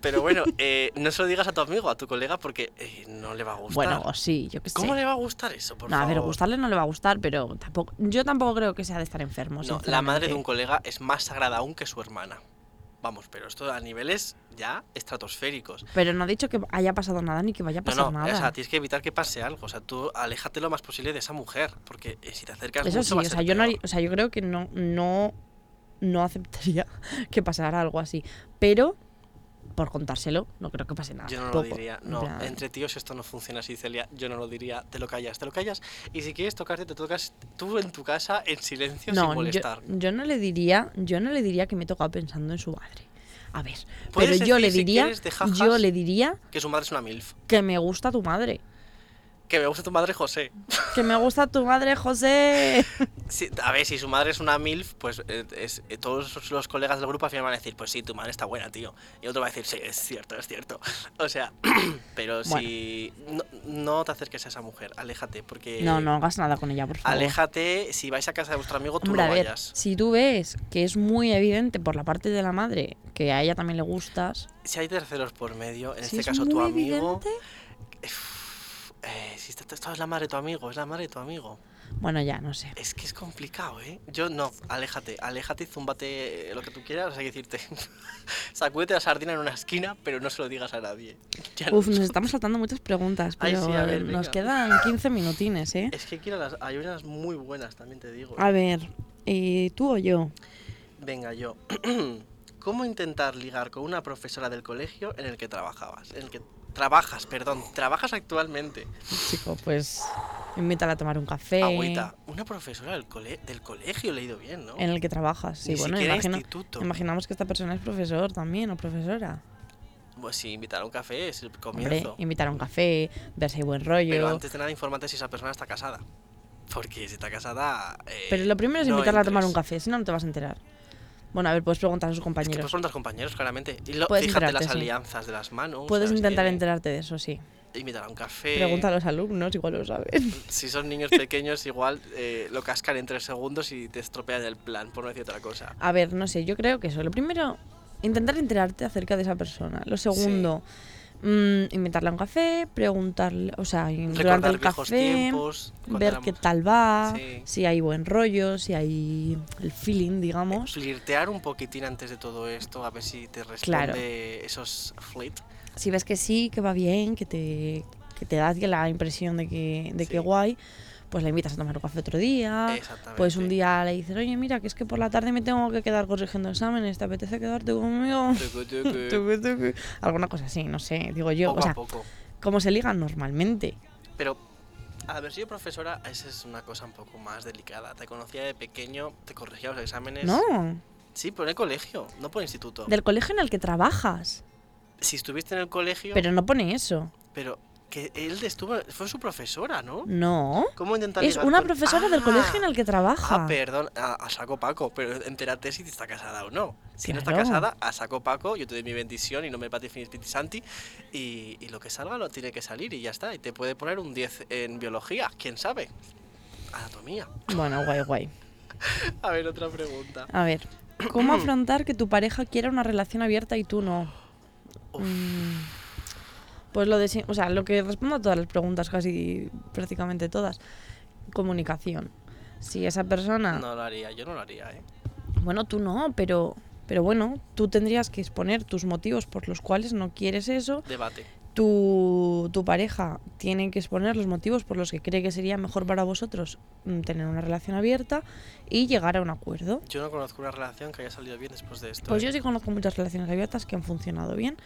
[SPEAKER 5] Pero bueno, eh, no se lo digas a tu amigo, a tu colega, porque eh, no le va a gustar.
[SPEAKER 4] Bueno, o sí, yo qué sé.
[SPEAKER 5] ¿Cómo le va a gustar eso, por
[SPEAKER 4] no, a
[SPEAKER 5] favor?
[SPEAKER 4] ver, gustarle no le va a gustar, pero tampoco, yo tampoco creo que sea de estar enfermo.
[SPEAKER 5] No, la madre de un
[SPEAKER 4] sinceramente.
[SPEAKER 5] colega es más sagrada aún que su hermana. Vamos, pero esto a niveles ya estratosféricos.
[SPEAKER 4] Pero no ha dicho que haya pasado nada ni que vaya a
[SPEAKER 5] No,
[SPEAKER 4] pasar
[SPEAKER 5] no,
[SPEAKER 4] nada.
[SPEAKER 5] o sea, tienes que evitar que pase algo. O sea, tú aléjate lo más posible de esa mujer, porque eh, si te acercas
[SPEAKER 4] Eso
[SPEAKER 5] mucho
[SPEAKER 4] sí,
[SPEAKER 5] va
[SPEAKER 4] o
[SPEAKER 5] a
[SPEAKER 4] sea,
[SPEAKER 5] ser
[SPEAKER 4] yo no,
[SPEAKER 5] peor.
[SPEAKER 4] haría- o sea, yo creo que no, no, no aceptaría [LAUGHS] que pasara algo así. Pero, por contárselo, no creo que pase nada.
[SPEAKER 5] Yo no lo
[SPEAKER 4] tampoco.
[SPEAKER 5] diría.
[SPEAKER 4] En
[SPEAKER 5] No,
[SPEAKER 4] plan,
[SPEAKER 5] entre tíos esto no funciona así, Celia. Yo no lo diría. Te lo callas, te lo callas. Y si quieres tocarte, te tocas tú en tu casa, en silencio, sin
[SPEAKER 4] no, yo,
[SPEAKER 5] molestar.
[SPEAKER 4] yo no le diría, yo no le diría que me he tocado pensando en su madre. A ver, pero
[SPEAKER 5] Puedes
[SPEAKER 4] yo
[SPEAKER 5] decir,
[SPEAKER 4] le
[SPEAKER 5] si
[SPEAKER 4] diría,
[SPEAKER 5] quieres, de jajas.
[SPEAKER 4] yo le diría
[SPEAKER 5] Que su madre es una MILF.
[SPEAKER 4] que me gusta tu madre,
[SPEAKER 5] Que me gusta tu madre, José.
[SPEAKER 4] que me gusta tu madre,
[SPEAKER 5] [LAUGHS]
[SPEAKER 4] José.
[SPEAKER 5] Sí, a ver, si su madre es una MILF, pues eh, es- eh, todos los colegas del grupo al final van a decir, pues sí, tu madre está buena, tío. Y otro va a decir, sí, es cierto, es cierto. [LAUGHS] O sea, [CLEARS THROAT] pero si no, no te acerques a esa mujer, aléjate, porque...
[SPEAKER 4] No, no hagas nada con ella, por favor.
[SPEAKER 5] Aléjate, si vais a casa de vuestro amigo, tú
[SPEAKER 4] Hombre,
[SPEAKER 5] no
[SPEAKER 4] a ver,
[SPEAKER 5] vayas.
[SPEAKER 4] si tú ves que es muy evidente por la parte de la madre que a ella también le gustas,
[SPEAKER 5] Si hay terceros por medio, en
[SPEAKER 4] si
[SPEAKER 5] este
[SPEAKER 4] es
[SPEAKER 5] caso tu
[SPEAKER 4] muy
[SPEAKER 5] amigo...
[SPEAKER 4] evidente,
[SPEAKER 5] eh, si esta, esta es la madre de tu amigo, es la madre de tu amigo.
[SPEAKER 4] Bueno, ya, no sé.
[SPEAKER 5] Es que es complicado, ¿eh? Yo no, aléjate, aléjate, y zúmbate eh, lo que tú quieras, hay que decirte. [LAUGHS] Sacúdete la sardina en una esquina, pero no se lo digas a nadie. [LAUGHS] Ya no.
[SPEAKER 4] Uf, nos estamos saltando muchas preguntas,
[SPEAKER 5] Ay,
[SPEAKER 4] pero
[SPEAKER 5] sí, a ver,
[SPEAKER 4] eh, nos
[SPEAKER 5] venga.
[SPEAKER 4] quedan 15 minutines, ¿eh?
[SPEAKER 5] Es que quiero las, hay unas muy buenas, también te digo. ¿eh?
[SPEAKER 4] A ver, eh, ¿tú o yo?
[SPEAKER 5] Venga, yo. [CLEARS THROAT] ¿Cómo intentar ligar con una profesora del colegio en el que trabajabas? En el que trabajas, perdón, trabajas actualmente.
[SPEAKER 4] Chico, pues invítala a tomar un café.
[SPEAKER 5] Agüita, una profesora del, cole- del colegio, he leído bien, ¿no?
[SPEAKER 4] En el que trabajas, sí,
[SPEAKER 5] Ni
[SPEAKER 4] bueno,
[SPEAKER 5] siquiera
[SPEAKER 4] imagino-
[SPEAKER 5] instituto.
[SPEAKER 4] imaginamos que esta persona es profesor también o profesora.
[SPEAKER 5] Pues sí, invitar a un café es el
[SPEAKER 4] Hombre,
[SPEAKER 5] comienzo.
[SPEAKER 4] invitar a un café, verse buen rollo.
[SPEAKER 5] Pero antes de nada, infórmate si esa persona está casada. Porque si está casada. eh,
[SPEAKER 4] Pero lo primero es
[SPEAKER 5] no
[SPEAKER 4] invitarla a tomar un
[SPEAKER 5] entres.
[SPEAKER 4] café, si no, no te vas a enterar. Bueno, a ver, puedes preguntar a sus
[SPEAKER 5] Es que
[SPEAKER 4] compañeros.
[SPEAKER 5] pues son los compañeros, claramente. Y lo-
[SPEAKER 4] Puedes
[SPEAKER 5] fíjate
[SPEAKER 4] enterarte,
[SPEAKER 5] las
[SPEAKER 4] sí.
[SPEAKER 5] alianzas de las manos.
[SPEAKER 4] Puedes
[SPEAKER 5] ¿sabes
[SPEAKER 4] intentar
[SPEAKER 5] quién es?
[SPEAKER 4] enterarte de eso, sí.
[SPEAKER 5] Invitar a un café.
[SPEAKER 4] Pregunta a los alumnos, igual lo saben.
[SPEAKER 5] Si son niños pequeños, igual eh, lo cascan en tres segundos y te estropean el plan, por no decir otra cosa.
[SPEAKER 4] A ver, no sé, yo creo que eso. Lo primero, intentar enterarte acerca de esa persona. Lo segundo, mm, invitarle a un café, preguntarle, o sea, durante
[SPEAKER 5] Recordar
[SPEAKER 4] el
[SPEAKER 5] viejos
[SPEAKER 4] café,
[SPEAKER 5] tiempos. cuando
[SPEAKER 4] ver qué
[SPEAKER 5] éramos-
[SPEAKER 4] tal va,
[SPEAKER 5] Sí.
[SPEAKER 4] si hay buen rollo, si hay el feeling, digamos.
[SPEAKER 5] Eh, Flirtear un poquitín antes de todo esto, a ver si te responde
[SPEAKER 4] Claro.
[SPEAKER 5] esos flit.
[SPEAKER 4] Si ves que sí, que va bien, que te, que te da la impresión de que, de que
[SPEAKER 5] Sí.
[SPEAKER 4] guay, pues la invitas a tomar un café otro día.
[SPEAKER 5] Exactamente.
[SPEAKER 4] Pues un día le dices, oye, mira, que es que por la tarde me tengo que quedar corrigiendo exámenes, ¿te apetece quedarte conmigo? [LAUGHS]
[SPEAKER 5] Tucu, tucu.
[SPEAKER 4] Tucu, tucu. Alguna cosa así, no sé, digo yo.
[SPEAKER 5] Poco
[SPEAKER 4] o sea,
[SPEAKER 5] a poco.
[SPEAKER 4] como se ligan normalmente.
[SPEAKER 5] Pero haber sido profesora, esa es una cosa un poco más delicada. Te conocía de pequeño, te corregía los exámenes.
[SPEAKER 4] No,
[SPEAKER 5] Sí, por el colegio, no por el instituto.
[SPEAKER 4] del colegio en el que trabajas.
[SPEAKER 5] Si estuviste en el colegio, pero,
[SPEAKER 4] Pero no pone eso.
[SPEAKER 5] que él estuvo, fue su profesora, ¿no?
[SPEAKER 4] No.
[SPEAKER 5] ¿Cómo intentar
[SPEAKER 4] Es
[SPEAKER 5] ligar
[SPEAKER 4] una
[SPEAKER 5] con-
[SPEAKER 4] profesora del
[SPEAKER 5] Ah,
[SPEAKER 4] colegio en el que trabaja.
[SPEAKER 5] Ah, perdón, a, a saco Paco, pero entérate si está casada o no. Si no está
[SPEAKER 4] Claro.
[SPEAKER 5] casada, a saco Paco, yo te doy mi bendición y no me patifinis pitisanti. Y, y lo que salga lo tiene que salir y ya está. Y te puede poner un 10 en biología, quién sabe. Anatomía.
[SPEAKER 4] Bueno, guay, guay.
[SPEAKER 5] A ver, otra pregunta.
[SPEAKER 4] A ver,
[SPEAKER 5] [CLEARS THROAT]
[SPEAKER 4] ¿cómo afrontar que tu pareja quiera una relación abierta y tú no?
[SPEAKER 5] Uf.
[SPEAKER 4] Mm, Pues lo de, si- o sea, lo que respondo a todas las preguntas, casi prácticamente todas. Comunicación. Si esa persona,
[SPEAKER 5] No lo haría, yo no lo haría, ¿eh?
[SPEAKER 4] bueno, tú no, pero pero bueno, tú tendrías que exponer tus motivos por los cuales no quieres eso.
[SPEAKER 5] Debate.
[SPEAKER 4] Tu, tu pareja tiene que exponer los motivos por los que cree que sería mejor para vosotros mm, tener una relación abierta y llegar a un acuerdo.
[SPEAKER 5] Yo no conozco una relación que haya salido bien después de esto.
[SPEAKER 4] Pues
[SPEAKER 5] ¿eh?
[SPEAKER 4] yo sí conozco muchas relaciones abiertas que han funcionado bien.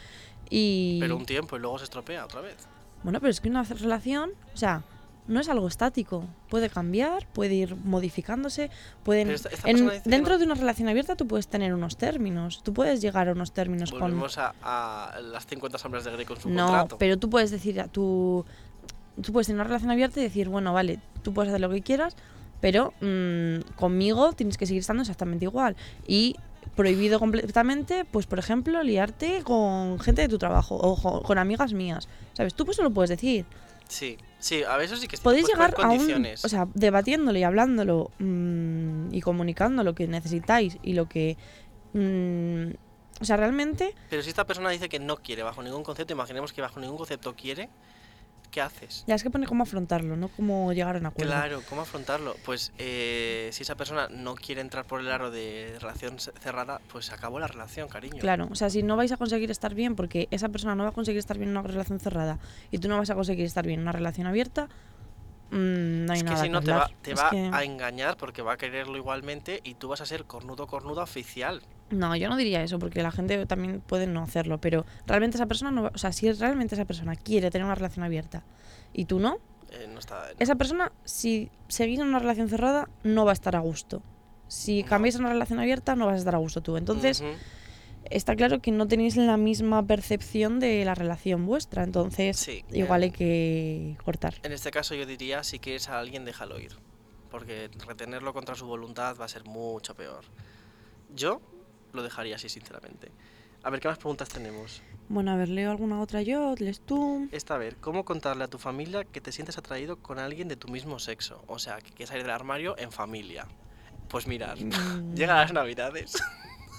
[SPEAKER 4] Y.
[SPEAKER 5] Pero un tiempo y luego se estropea otra vez.
[SPEAKER 4] Bueno, pero es que una relación, o sea, no es algo estático. Puede cambiar, puede ir modificándose. Pueden,
[SPEAKER 5] Pero esta- esta
[SPEAKER 4] en-
[SPEAKER 5] persona dice que
[SPEAKER 4] dentro
[SPEAKER 5] no.
[SPEAKER 4] de una relación abierta tú puedes tener unos términos. Tú puedes llegar a unos términos con.
[SPEAKER 5] Volvemos a, a las 50 sombras de Grey con su
[SPEAKER 4] No,
[SPEAKER 5] contrato.
[SPEAKER 4] pero tú puedes decir a tu. Tú puedes tener una relación abierta y decir, bueno, vale, tú puedes hacer lo que quieras, pero mm, conmigo tienes que seguir estando exactamente igual. Y prohibido completamente, pues por ejemplo, liarte con gente de tu trabajo o jo- con amigas mías. ¿Sabes? Tú pues eso lo puedes decir.
[SPEAKER 5] Sí, sí, a veces sí que sí, te
[SPEAKER 4] Podéis
[SPEAKER 5] puedes poner
[SPEAKER 4] llegar a un.
[SPEAKER 5] condiciones.
[SPEAKER 4] O sea, debatiéndolo y hablándolo mm, y comunicando lo que necesitáis y lo que. mm, o sea, realmente
[SPEAKER 5] Pero si esta persona dice que no quiere bajo ningún concepto, imaginemos que bajo ningún concepto quiere, ¿qué haces?
[SPEAKER 4] ya es que pone cómo afrontarlo, no cómo llegar a un acuerdo.
[SPEAKER 5] Claro, ¿cómo afrontarlo? Pues eh, si esa persona no quiere entrar por el aro de relación c- cerrada, pues se acabó la relación, cariño.
[SPEAKER 4] Claro, o sea, si no vais a conseguir estar bien porque esa persona no va a conseguir estar bien en una relación cerrada y tú no vas a conseguir estar bien en una relación abierta, mm, no hay
[SPEAKER 5] es que
[SPEAKER 4] nada
[SPEAKER 5] si
[SPEAKER 4] que
[SPEAKER 5] no te
[SPEAKER 4] hablar.
[SPEAKER 5] va, te
[SPEAKER 4] Es
[SPEAKER 5] va
[SPEAKER 4] que-
[SPEAKER 5] a engañar porque va a quererlo igualmente y tú vas a ser cornudo cornudo oficial.
[SPEAKER 4] No, yo no diría eso porque la gente también puede no hacerlo, pero realmente esa persona no, va- o sea, si realmente esa persona quiere tener una relación abierta y tú no,
[SPEAKER 5] Eh, no está. no.
[SPEAKER 4] esa persona si seguís en una relación cerrada no va a estar a gusto. Si
[SPEAKER 5] No.
[SPEAKER 4] cambiáis a una relación abierta no vas a estar a gusto tú. Entonces,
[SPEAKER 5] Ujú.
[SPEAKER 4] está claro que no tenéis la misma percepción de la relación vuestra, entonces
[SPEAKER 5] Sí,
[SPEAKER 4] igual
[SPEAKER 5] eh,
[SPEAKER 4] hay que cortar.
[SPEAKER 5] En este caso yo diría, si quieres a alguien, déjalo ir. Porque retenerlo contra su voluntad va a ser mucho peor. Yo lo dejaría así, sinceramente. A ver, ¿qué más preguntas tenemos?
[SPEAKER 4] Bueno, a ver, leo alguna otra yo, lees tú.
[SPEAKER 5] Esta, a ver, ¿cómo contarle a tu familia que te sientes atraído con alguien de tu mismo sexo? O sea, que quieres salir del armario en familia. Pues mirar,
[SPEAKER 4] Mm.
[SPEAKER 5] llegan las navidades.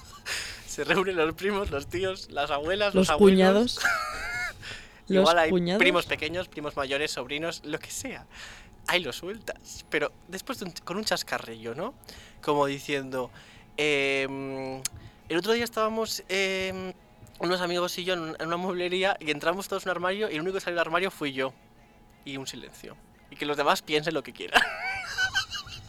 [SPEAKER 5] [LAUGHS] Se reúnen los primos, los tíos, las abuelas,
[SPEAKER 4] Los
[SPEAKER 5] los, abuelos.
[SPEAKER 4] [LAUGHS] cuñados. Los
[SPEAKER 5] Igual hay
[SPEAKER 4] cuñados.
[SPEAKER 5] primos pequeños, primos mayores, sobrinos, lo que sea. ahí lo sueltas. Pero después de un- con un chascarrillo, ¿no? Como diciendo, em, el otro día estábamos em, unos amigos y yo en un- en una mueblería y entramos todos en un armario y el único que salió del armario fui yo. Y un silencio. Y que los demás piensen lo que quieran. [LAUGHS]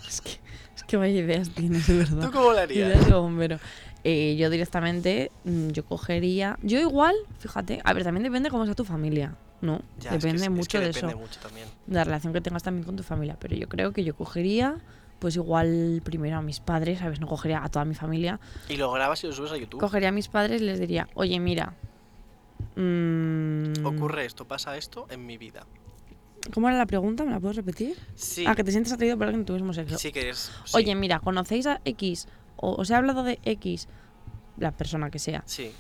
[SPEAKER 4] Es que, es que vaya ideas tienes, de verdad.
[SPEAKER 5] ¿Tú cómo lo harías?
[SPEAKER 4] Ideas de bombero. Eh, yo directamente, mm, yo cogería. Yo igual, fíjate, a ver, también depende cómo sea tu familia, ¿no?
[SPEAKER 5] Ya, es que
[SPEAKER 4] depende
[SPEAKER 5] es- es que
[SPEAKER 4] mucho de
[SPEAKER 5] depende
[SPEAKER 4] eso,
[SPEAKER 5] mucho también.
[SPEAKER 4] de la relación que tengas también con tu familia. Pero yo creo que yo cogería, pues igual primero a mis padres, ¿sabes? No cogería a toda mi familia.
[SPEAKER 5] Y lo grabas y lo subes a YouTube.
[SPEAKER 4] Cogería a mis padres y les diría, oye, mira. mm,
[SPEAKER 5] Ocurre esto, pasa esto en mi vida.
[SPEAKER 4] ¿Cómo era la pregunta? ¿Me la puedes repetir?
[SPEAKER 5] Sí,
[SPEAKER 4] Ah, que te sientes atraído por alguien que tuvimos sexo.
[SPEAKER 5] sí que es. sí,
[SPEAKER 4] Oye, mira, ¿conocéis a X? O os he hablado de X, la persona que sea.
[SPEAKER 5] Sí,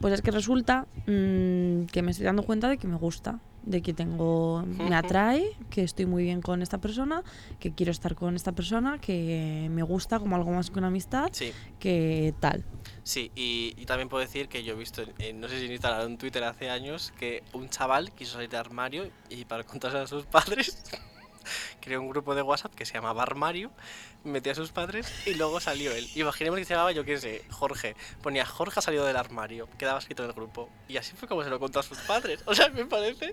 [SPEAKER 4] Pues es que resulta mm, que me estoy dando cuenta de que me gusta, de que tengo, me
[SPEAKER 5] Ujú.
[SPEAKER 4] atrae, que estoy muy bien con esta persona, que quiero estar con esta persona, que me gusta como algo más que una amistad,
[SPEAKER 5] sí.
[SPEAKER 4] que tal.
[SPEAKER 5] Sí, y, y también puedo decir que yo he visto, en- en- no sé si en Instagram o en Twitter hace años, que un chaval quiso salir de armario y para contárselo a sus padres [LAUGHS] creó un grupo de WhatsApp que se llamaba Armario, metió a sus padres y luego salió él. Imaginemos que se llamaba, yo qué sé, Jorge. Ponía Jorge ha salido del armario, quedaba escrito en el grupo. Y así fue como se lo contó a sus padres. [LAUGHS] O sea, me parece...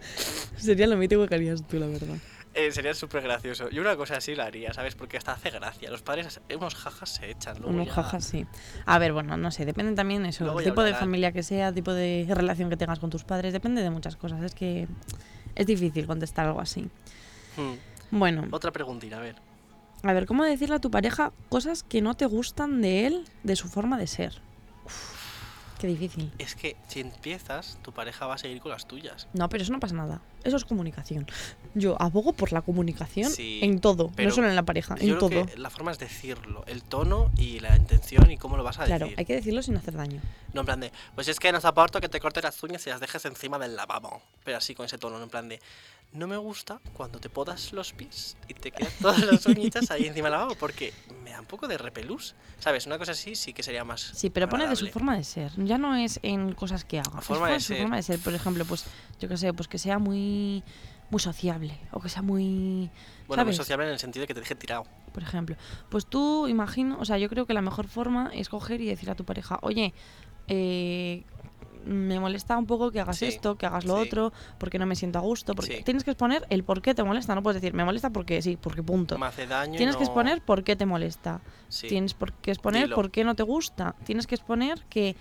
[SPEAKER 4] Sería lo mítico que harías tú, la verdad.
[SPEAKER 5] eh, sería súper gracioso. Y una cosa así la haría, ¿sabes? Porque hasta hace gracia. Los padres, eh, unos jajas se echan. Luego
[SPEAKER 4] Unos
[SPEAKER 5] ya-
[SPEAKER 4] jajas, sí. A ver, bueno, no sé, depende también eso,
[SPEAKER 5] Luego
[SPEAKER 4] el
[SPEAKER 5] ya
[SPEAKER 4] tipo de
[SPEAKER 5] hablarán.
[SPEAKER 4] familia que sea, tipo de relación que tengas con tus padres, depende de muchas cosas. Es que es difícil contestar algo así.
[SPEAKER 5] Hmm.
[SPEAKER 4] Bueno,
[SPEAKER 5] Otra preguntita, a ver.
[SPEAKER 4] a ver, ¿cómo decirle a tu pareja cosas que no te gustan de él, de su forma de ser? Uf, qué difícil.
[SPEAKER 5] Es que si empiezas, tu pareja va a seguir con las tuyas.
[SPEAKER 4] No, pero eso no pasa nada. Eso es comunicación. Yo abogo por la comunicación
[SPEAKER 5] Sí,
[SPEAKER 4] en todo,
[SPEAKER 5] pero
[SPEAKER 4] no solo en la pareja, en
[SPEAKER 5] Yo
[SPEAKER 4] Ah, todo.
[SPEAKER 5] creo que la forma es decirlo, el tono y la intención y cómo lo vas a
[SPEAKER 4] Claro,
[SPEAKER 5] decir.
[SPEAKER 4] hay que decirlo sin hacer daño.
[SPEAKER 5] No en plan de, pues es que no soporto que te cortes las uñas y las dejes encima del lavabo. Pero así con ese tono, no en plan de, no me gusta cuando te podas los pies y te quedan todas
[SPEAKER 4] [LAUGHS]
[SPEAKER 5] las uñitas ahí encima del lavabo porque me da un poco de repelús. ¿Sabes? Una cosa así sí que sería más.
[SPEAKER 4] Sí, pero pone de su
[SPEAKER 5] agradable.
[SPEAKER 4] forma de ser. Ya no es en cosas que haga.
[SPEAKER 5] La
[SPEAKER 4] es
[SPEAKER 5] forma de
[SPEAKER 4] su
[SPEAKER 5] ser.
[SPEAKER 4] forma de ser. Por ejemplo, pues yo qué sé, pues que sea muy muy sociable o que sea muy
[SPEAKER 5] Bueno, pues muy
[SPEAKER 4] ¿sabes?
[SPEAKER 5] sociable en el sentido de que te deje tirado.
[SPEAKER 4] por ejemplo, pues tú imagino, o sea, yo creo que la mejor forma es coger y decir a tu pareja, "Oye, eh, me molesta un poco que hagas
[SPEAKER 5] Sí,
[SPEAKER 4] esto, que hagas lo
[SPEAKER 5] sí.
[SPEAKER 4] otro, porque no me siento a gusto, porque
[SPEAKER 5] Sí.
[SPEAKER 4] tienes que exponer el por qué te molesta, no puedes decir, "Me molesta porque sí, porque punto."
[SPEAKER 5] Me hace daño. y
[SPEAKER 4] Tienes que
[SPEAKER 5] no-
[SPEAKER 4] exponer por qué te molesta.
[SPEAKER 5] Sí.
[SPEAKER 4] Tienes por que exponer
[SPEAKER 5] Dilo.
[SPEAKER 4] por qué no te gusta. Tienes que exponer que,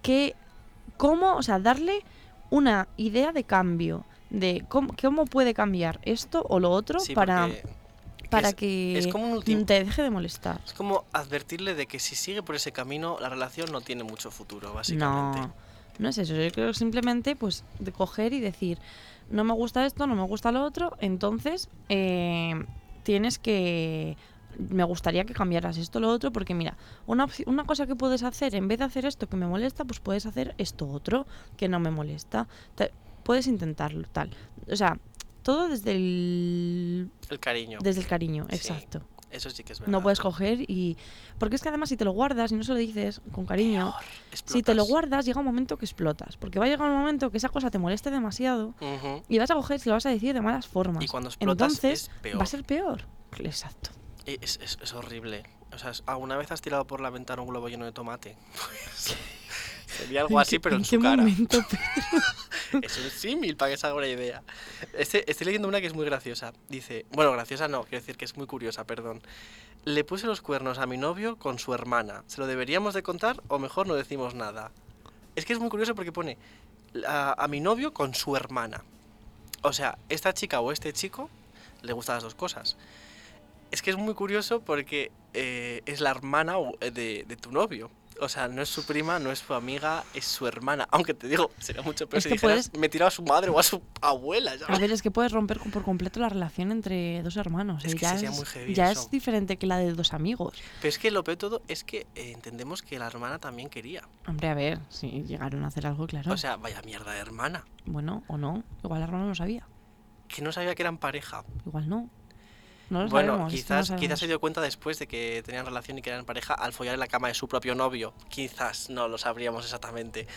[SPEAKER 4] que cómo, o sea, darle una idea de cambio, de cómo, cómo puede cambiar esto o lo otro
[SPEAKER 5] Sí,
[SPEAKER 4] para,
[SPEAKER 5] porque-
[SPEAKER 4] para
[SPEAKER 5] es-
[SPEAKER 4] que
[SPEAKER 5] es como un ultim-
[SPEAKER 4] te deje de molestar.
[SPEAKER 5] Es como advertirle de que si sigue por ese camino, la relación no tiene mucho futuro, básicamente.
[SPEAKER 4] No, no es eso. Yo creo que simplemente pues de coger y decir, no me gusta esto, no me gusta lo otro, entonces eh, tienes que... Me gustaría que cambiaras esto lo otro porque mira, una, opci- una cosa que puedes hacer, en vez de hacer esto que me molesta, pues puedes hacer esto otro que no me molesta. Te- puedes intentarlo, tal. O sea, todo desde el,
[SPEAKER 5] El cariño.
[SPEAKER 4] desde el cariño,
[SPEAKER 5] Sí,
[SPEAKER 4] exacto.
[SPEAKER 5] Eso sí que es verdad.
[SPEAKER 4] No puedes coger y... Porque es que además si te lo guardas y no se lo dices con cariño, Si te
[SPEAKER 5] Explotas.
[SPEAKER 4] lo guardas, llega un momento que explotas. Porque va a llegar un momento que esa cosa te moleste demasiado
[SPEAKER 5] Ujú.
[SPEAKER 4] y vas a coger y se lo vas a decir de malas formas.
[SPEAKER 5] Y cuando explotas
[SPEAKER 4] Entonces,
[SPEAKER 5] es peor.
[SPEAKER 4] va a ser peor. Exacto.
[SPEAKER 5] E- Es, es- es horrible. O sea, es- ¿alguna vez has tirado por la ventana un globo lleno de tomate? [LAUGHS] Pues, Sería algo así, pero en,
[SPEAKER 4] ¿En
[SPEAKER 5] su
[SPEAKER 4] qué
[SPEAKER 5] cara. [LAUGHS]
[SPEAKER 4] momento?
[SPEAKER 5] Es un símil para que se haga una idea. Este- estoy leyendo una que es muy graciosa. Dice, bueno, graciosa no, quiero decir que es muy curiosa, perdón. Le puse los cuernos a mi novio con su hermana. ¿Se lo deberíamos de contar o mejor no decimos nada? Es que es muy curioso porque pone a, a mi novio con su hermana. O sea, esta chica o este chico le gustan las dos cosas. Es que es muy curioso porque eh, es la hermana o- de, de tu novio. O sea, no es su prima, no es su amiga, es su hermana. Aunque te digo, será mucho peor
[SPEAKER 4] Es
[SPEAKER 5] si
[SPEAKER 4] que
[SPEAKER 5] dijeras,
[SPEAKER 4] puedes-
[SPEAKER 5] me tiró a su madre o a su abuela. ¿sabes?
[SPEAKER 4] A ver, es que puedes romper con- por completo la relación entre dos hermanos.
[SPEAKER 5] Es
[SPEAKER 4] ¿eh?
[SPEAKER 5] que
[SPEAKER 4] ya
[SPEAKER 5] sería
[SPEAKER 4] es,
[SPEAKER 5] muy heavy
[SPEAKER 4] ya
[SPEAKER 5] eso.
[SPEAKER 4] es diferente que la de dos amigos.
[SPEAKER 5] Pero es que lo peor de todo es que eh, entendemos que la hermana también quería.
[SPEAKER 4] Hombre, a ver, si llegaron a hacer algo, claro.
[SPEAKER 5] O sea, vaya mierda de hermana.
[SPEAKER 4] bueno, o no. Igual la hermana no sabía.
[SPEAKER 5] Que no sabía que eran pareja.
[SPEAKER 4] Igual no. No lo
[SPEAKER 5] bueno,
[SPEAKER 4] sabemos. esto no
[SPEAKER 5] quizás,
[SPEAKER 4] lo
[SPEAKER 5] quizás se
[SPEAKER 4] sabemos.
[SPEAKER 5] dio cuenta después de que tenían relación y que eran pareja al follar en la cama de su propio novio. Quizás no lo sabríamos exactamente.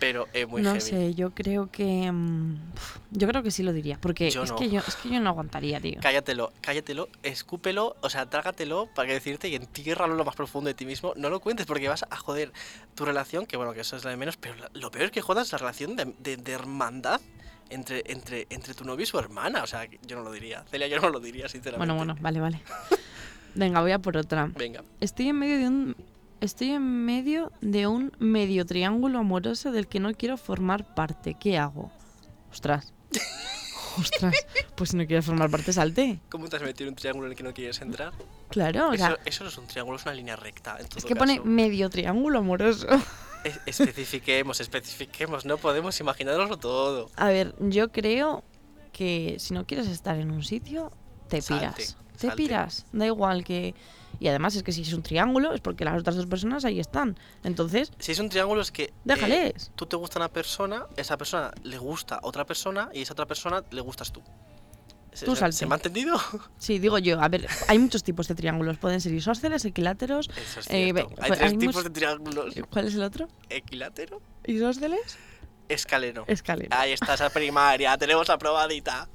[SPEAKER 5] Pero es muy
[SPEAKER 4] no
[SPEAKER 5] heavy.
[SPEAKER 4] sé, yo creo que. mm, pf, yo creo que sí lo diría. Porque
[SPEAKER 5] Yo
[SPEAKER 4] es,
[SPEAKER 5] no.
[SPEAKER 4] que yo, es que yo no aguantaría, tío.
[SPEAKER 5] Cállatelo, cállatelo, escúpelo, o sea, trágatelo para que decirte y entiérralo en lo más profundo de ti mismo. No lo cuentes porque vas a joder tu relación, que bueno, que eso es la de menos, pero la- lo peor es que jodas la relación de, de- de hermandad entre, entre, entre tu novio y su hermana. O sea, que yo no lo diría. Celia, yo no lo diría, sinceramente.
[SPEAKER 4] Bueno, bueno, vale, vale. [LAUGHS] Venga, voy a por otra.
[SPEAKER 5] Venga,
[SPEAKER 4] Estoy en medio de un. Estoy en medio de un medio triángulo amoroso del que no quiero formar parte. ¿Qué hago? Ostras. [LAUGHS] Ostras. Pues si no quieres formar parte, salte.
[SPEAKER 5] ¿cómo te has metido en un triángulo en el que no quieres entrar?
[SPEAKER 4] Claro, o sea.
[SPEAKER 5] eso, eso no es un triángulo, es una línea recta. en
[SPEAKER 4] Es
[SPEAKER 5] todo
[SPEAKER 4] que pone
[SPEAKER 5] caso.
[SPEAKER 4] medio triángulo amoroso.
[SPEAKER 5] Es- Especifiquemos, especifiquemos, no podemos imaginárnoslo todo.
[SPEAKER 4] A ver, yo creo que si no quieres estar en un sitio, te
[SPEAKER 5] Salte,
[SPEAKER 4] piras. te
[SPEAKER 5] salte.
[SPEAKER 4] piras. Da igual que. Y además es que si es un triángulo es porque las otras dos personas ahí están. Entonces,
[SPEAKER 5] Si es un triángulo es que... eh,
[SPEAKER 4] déjales.
[SPEAKER 5] tú te gusta una persona, esa persona le gusta a otra persona y esa otra persona le gustas tú. ¿Se,
[SPEAKER 4] Tú
[SPEAKER 5] se-
[SPEAKER 4] salte.
[SPEAKER 5] ¿se me
[SPEAKER 4] [LAUGHS]
[SPEAKER 5] ha entendido?
[SPEAKER 4] Sí, digo yo. A ver, hay muchos tipos de triángulos. Pueden ser isósceles, equiláteros.
[SPEAKER 5] Eso es
[SPEAKER 4] Eh,
[SPEAKER 5] cierto.
[SPEAKER 4] ve-
[SPEAKER 5] hay
[SPEAKER 4] pues,
[SPEAKER 5] tres
[SPEAKER 4] hay
[SPEAKER 5] tipos
[SPEAKER 4] mus- Eh,
[SPEAKER 5] de triángulos.
[SPEAKER 4] ¿Cuál es el otro?
[SPEAKER 5] Equilátero,
[SPEAKER 4] ¿Isósceles?
[SPEAKER 5] escalero.
[SPEAKER 4] Escalera.
[SPEAKER 5] Ahí está esa primaria, [LAUGHS] tenemos aprobadita.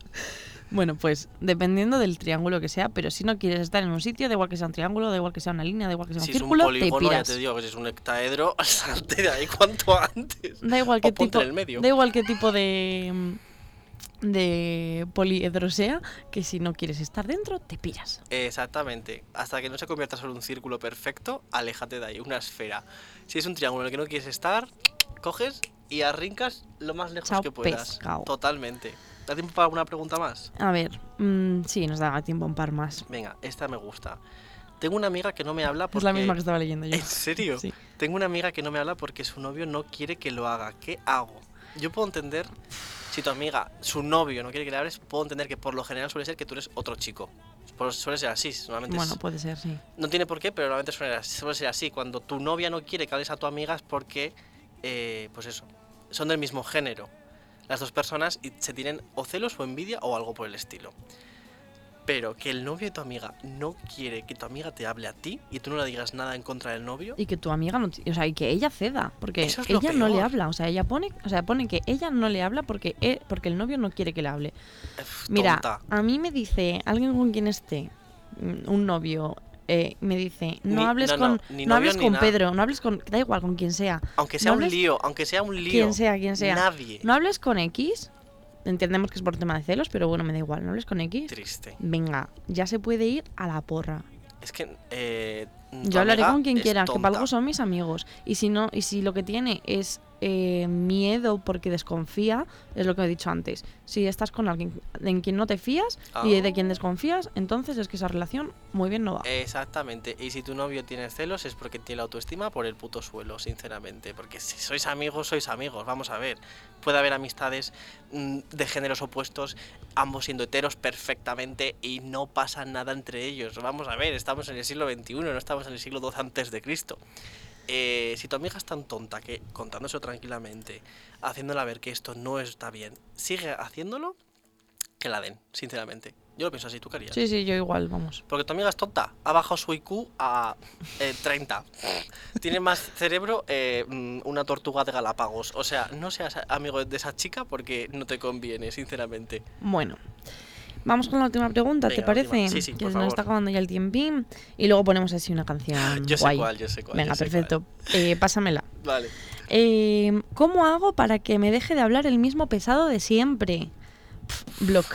[SPEAKER 4] Bueno, pues dependiendo del triángulo que sea, pero si no quieres estar en un sitio, da igual que sea un triángulo, da igual que sea una línea, da igual que sea un
[SPEAKER 5] Si es un
[SPEAKER 4] círculo, te
[SPEAKER 5] polígono, ya
[SPEAKER 4] piras.
[SPEAKER 5] te digo que si es un hectaedro, [LAUGHS] salte de ahí cuanto antes.
[SPEAKER 4] Da igual
[SPEAKER 5] O
[SPEAKER 4] qué
[SPEAKER 5] ponte
[SPEAKER 4] tipo,
[SPEAKER 5] en el medio.
[SPEAKER 4] da igual qué tipo de mm, de poliedro sea, que si no quieres estar dentro te piras.
[SPEAKER 5] Exactamente. Hasta que no se convierta solo en un círculo perfecto, aléjate de ahí, una esfera. Si es un triángulo en el que no quieres estar, coges y arrincas lo más lejos
[SPEAKER 4] Chao,
[SPEAKER 5] que puedas.
[SPEAKER 4] pescao.
[SPEAKER 5] Totalmente. ¿Da tiempo para alguna pregunta más?
[SPEAKER 4] A ver, mm, sí, nos da tiempo a un par más.
[SPEAKER 5] Venga, esta me gusta. Tengo una amiga que no me habla porque...
[SPEAKER 4] Es la misma que estaba leyendo yo.
[SPEAKER 5] ¿En serio?
[SPEAKER 4] Sí.
[SPEAKER 5] Tengo una amiga que no me habla porque su novio no quiere que lo haga. ¿Qué hago? Yo puedo entender, si tu amiga, su novio no quiere que le hables, puedo entender que por lo general suele ser que tú eres otro chico. Por- suele ser así, normalmente es-
[SPEAKER 4] Bueno, puede ser, sí.
[SPEAKER 5] No tiene por qué, pero normalmente suele, as- suele ser así. Cuando tu novia no quiere que hables a tu amiga es porque, eh, pues eso, son del mismo género. Las dos personas y se tienen o celos o envidia o algo por el estilo. Pero que el novio de tu amiga no quiere que tu amiga te hable a ti y tú no le digas nada en contra del novio,
[SPEAKER 4] Y que tu amiga no, ti- o sea, y que ella ceda, porque
[SPEAKER 5] Eso es lo
[SPEAKER 4] ella no le
[SPEAKER 5] peor.
[SPEAKER 4] habla, o sea, ella pone, o sea, pone que ella no le habla porque e- porque el novio no quiere que le hable.
[SPEAKER 5] Uf,
[SPEAKER 4] Mira,
[SPEAKER 5] tonta.
[SPEAKER 4] a mí me dice alguien con quien esté, mm, un novio, eh, me dice, no
[SPEAKER 5] Ni-
[SPEAKER 4] hables
[SPEAKER 5] no, no,
[SPEAKER 4] con,
[SPEAKER 5] ni
[SPEAKER 4] no,
[SPEAKER 5] novio
[SPEAKER 4] hables
[SPEAKER 5] ni
[SPEAKER 4] con
[SPEAKER 5] nada.
[SPEAKER 4] Pedro, no hables con, da igual con quien sea,
[SPEAKER 5] Aunque
[SPEAKER 4] no
[SPEAKER 5] sea un
[SPEAKER 4] hables-
[SPEAKER 5] lío, aunque sea un lío.
[SPEAKER 4] quien sea, quien sea,
[SPEAKER 5] Nadie.
[SPEAKER 4] no hables con X, entendemos que es por tema de celos, pero bueno, me da igual, no hables con X,
[SPEAKER 5] Triste.
[SPEAKER 4] venga, ya se puede ir a la porra.
[SPEAKER 5] Es que. eh, tu
[SPEAKER 4] Yo hablaré
[SPEAKER 5] amiga
[SPEAKER 4] con quien
[SPEAKER 5] es
[SPEAKER 4] quiera, que para
[SPEAKER 5] tonta.
[SPEAKER 4] algo son mis amigos. Y si no, y si lo que tiene es eh, miedo porque desconfía, es lo que he dicho antes. Si estás con alguien en quien no te fías y de
[SPEAKER 5] Ah.
[SPEAKER 4] quien desconfías, entonces es que esa relación muy bien no va.
[SPEAKER 5] Exactamente, y si tu novio tiene celos es porque tiene la autoestima por el puto suelo, sinceramente, porque si sois amigos, sois amigos, vamos a ver, puede haber amistades mm, de géneros opuestos, ambos siendo heteros perfectamente y no pasa nada entre ellos, vamos a ver, estamos en el siglo XXI, no estamos en el siglo II antes de Cristo. Eh, si tu amiga es tan tonta que contándoselo tranquilamente, haciéndola ver que esto no está bien, sigue haciéndolo, que la den, sinceramente. Yo lo pienso así, tú querías.
[SPEAKER 4] Sí, sí, yo igual, vamos.
[SPEAKER 5] Porque tu amiga es tonta. Ha bajado su IQ a eh, 30. Tiene más cerebro eh, mm, una tortuga de Galápagos. O sea, no seas amigo de esa chica porque no te conviene, sinceramente.
[SPEAKER 4] Bueno. Vamos con la última pregunta, ¿te
[SPEAKER 5] Venga, la última.
[SPEAKER 4] parece?
[SPEAKER 5] Sí, sí,
[SPEAKER 4] que
[SPEAKER 5] por
[SPEAKER 4] nos
[SPEAKER 5] favor.
[SPEAKER 4] está acabando ya el tiempín. Y luego ponemos así una canción.
[SPEAKER 5] [LAUGHS] Yo sé
[SPEAKER 4] guay.
[SPEAKER 5] cuál, yo sé cuál. yo
[SPEAKER 4] Venga,
[SPEAKER 5] sé
[SPEAKER 4] perfecto. Eh, pásamela.
[SPEAKER 5] cuál. Vale.
[SPEAKER 4] Eh, ¿Cómo hago para que me deje de hablar el mismo pesado de siempre? Pf, block.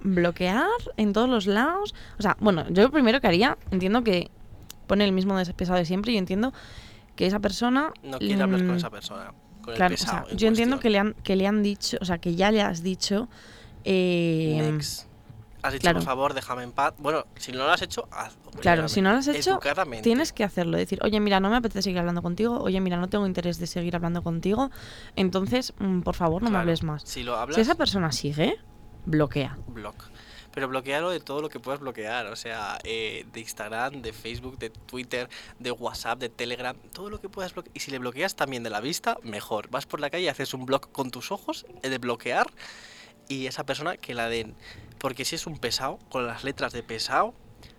[SPEAKER 4] Bloquear en todos los lados. O sea, bueno, yo lo primero que haría, entiendo que pone el mismo des- pesado de siempre y entiendo que esa persona...
[SPEAKER 5] No quiero hablar con
[SPEAKER 4] mm,
[SPEAKER 5] esa persona. Con
[SPEAKER 4] Claro,
[SPEAKER 5] el
[SPEAKER 4] o sea,
[SPEAKER 5] pesado. en
[SPEAKER 4] yo entiendo que
[SPEAKER 5] cuestión.
[SPEAKER 4] le, han, que le han dicho, o sea, que ya le has dicho... eh,
[SPEAKER 5] Next. Has dicho,
[SPEAKER 4] claro.
[SPEAKER 5] por favor, déjame en paz. Bueno, si no lo has hecho, hazlo.
[SPEAKER 4] Claro, si no lo has hecho,
[SPEAKER 5] Educadamente.
[SPEAKER 4] Tienes que hacerlo, decir, oye, mira, no me apetece seguir hablando contigo, oye, mira, no tengo interés de seguir hablando contigo, entonces, mm, por favor, no me
[SPEAKER 5] Claro,
[SPEAKER 4] hables más.
[SPEAKER 5] Si lo hablas,
[SPEAKER 4] Si esa persona sigue, bloquea.
[SPEAKER 5] block. Pero bloquealo de todo lo que puedas bloquear, o sea, eh, de Instagram, de Facebook, de Twitter, de WhatsApp, de Telegram, todo lo que puedas bloquear. Y si le bloqueas también de la vista, mejor. Vas por la calle y haces un blog con tus ojos, el de bloquear, y esa persona que la den. Porque si es un pesado, con las letras de pesado,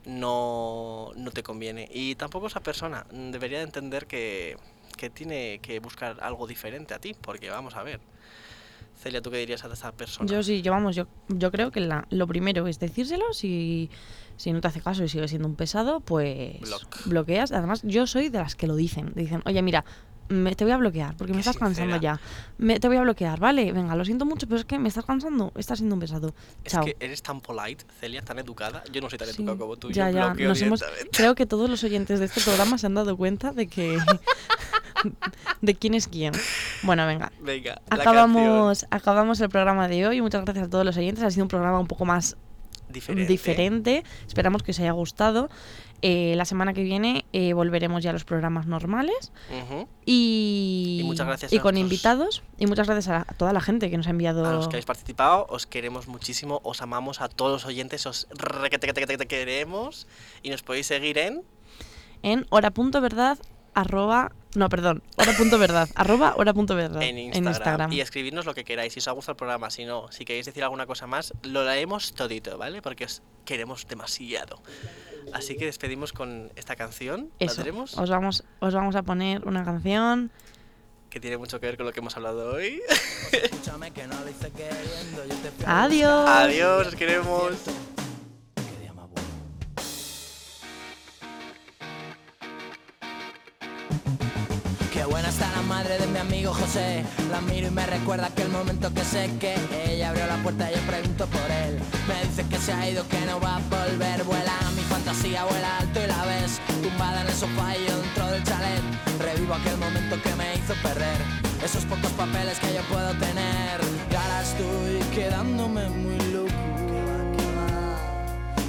[SPEAKER 5] no, no te conviene. Y tampoco esa persona mm, debería de entender que, que tiene que buscar algo diferente a ti, porque vamos a ver. Celia, ¿tú qué dirías a esa persona?
[SPEAKER 4] Yo sí, yo vamos, yo, yo creo que la- lo primero es decírselo. Si, si no te hace caso y sigue siendo un pesado, pues
[SPEAKER 5] Block.
[SPEAKER 4] bloqueas. Además, yo soy de las que lo dicen. Dicen, oye, mira, me, te voy a bloquear porque me
[SPEAKER 5] Qué
[SPEAKER 4] estás cansando
[SPEAKER 5] sincera.
[SPEAKER 4] ya. Me, te voy a bloquear, vale, venga, lo siento mucho, pero es que me estás cansando. Estás siendo un pesado.
[SPEAKER 5] es
[SPEAKER 4] Chao.
[SPEAKER 5] que eres tan polite, Celia, tan educada. Yo no soy tan
[SPEAKER 4] Sí,
[SPEAKER 5] educada como tú.
[SPEAKER 4] ya,
[SPEAKER 5] yo
[SPEAKER 4] ya,
[SPEAKER 5] bloqueo
[SPEAKER 4] nos hemos-
[SPEAKER 5] directamente.
[SPEAKER 4] creo que todos los oyentes de este programa se han dado cuenta de que... [LAUGHS] de quién es quién. Bueno, venga.
[SPEAKER 5] Venga, la canción
[SPEAKER 4] Acabamos, acabamos el programa de hoy. Muchas gracias a todos los oyentes. Ha sido un programa un poco más
[SPEAKER 5] diferente.
[SPEAKER 4] diferente. Esperamos que os haya gustado. Eh, la semana que viene eh, volveremos ya a los programas normales.
[SPEAKER 5] Ujú.
[SPEAKER 4] Y,
[SPEAKER 5] Y muchas gracias
[SPEAKER 4] y
[SPEAKER 5] a
[SPEAKER 4] con
[SPEAKER 5] nuestros-
[SPEAKER 4] invitados. Y muchas gracias a, la- a toda la gente que nos ha enviado.
[SPEAKER 5] A los que habéis participado, os queremos muchísimo, os amamos a todos los oyentes, os requete queremos y nos podéis seguir en
[SPEAKER 4] en hora.verdad arroba no perdón hora.verdad [LAUGHS] arroba hora.verdad
[SPEAKER 5] en Instagram, y escribirnos lo que queráis, si os ha gustado el programa, si no, si queréis decir alguna cosa más, lo leemos todito, ¿vale? Porque os queremos demasiado. Así que despedimos con esta canción, ¿la
[SPEAKER 4] Eso,
[SPEAKER 5] tenemos?
[SPEAKER 4] os vamos os vamos a poner una canción
[SPEAKER 5] Que tiene mucho que ver con lo que hemos hablado hoy.
[SPEAKER 6] Escúchame que no lo hice queriendo, yo te fui a
[SPEAKER 4] adiós
[SPEAKER 5] Adiós, os queremos.
[SPEAKER 6] buscar. Qué día más bueno. Qué buena está la madre de mi amigo José. La miro y me recuerda aquel momento que sé que ella abrió la puerta y yo pregunto por él. Me dice que se ha ido, que no va a volver. Vuela mi fantasía, vuela alto y la ves. Tumbada en el sofá y yo dentro del chalet. Revivo aquel momento que me hizo perder. Esos pocos papeles que yo puedo tener. Y ahora estoy quedándome muy loco.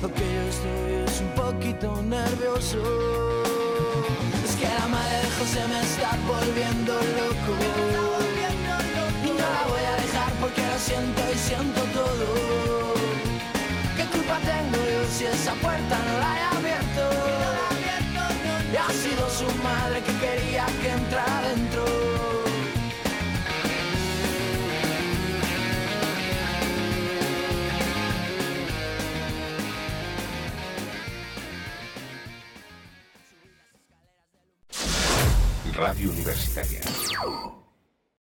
[SPEAKER 6] Lo que yo estoy es un poquito nervioso. Es que la madre de José me está volviendo loco. Y no la voy a dejar porque lo siento y siento todo. ¿Qué culpa tengo yo si esa puerta no la he abierto? Y ha sido su madre que quería que entrara dentro.
[SPEAKER 1] Radio Universitaria.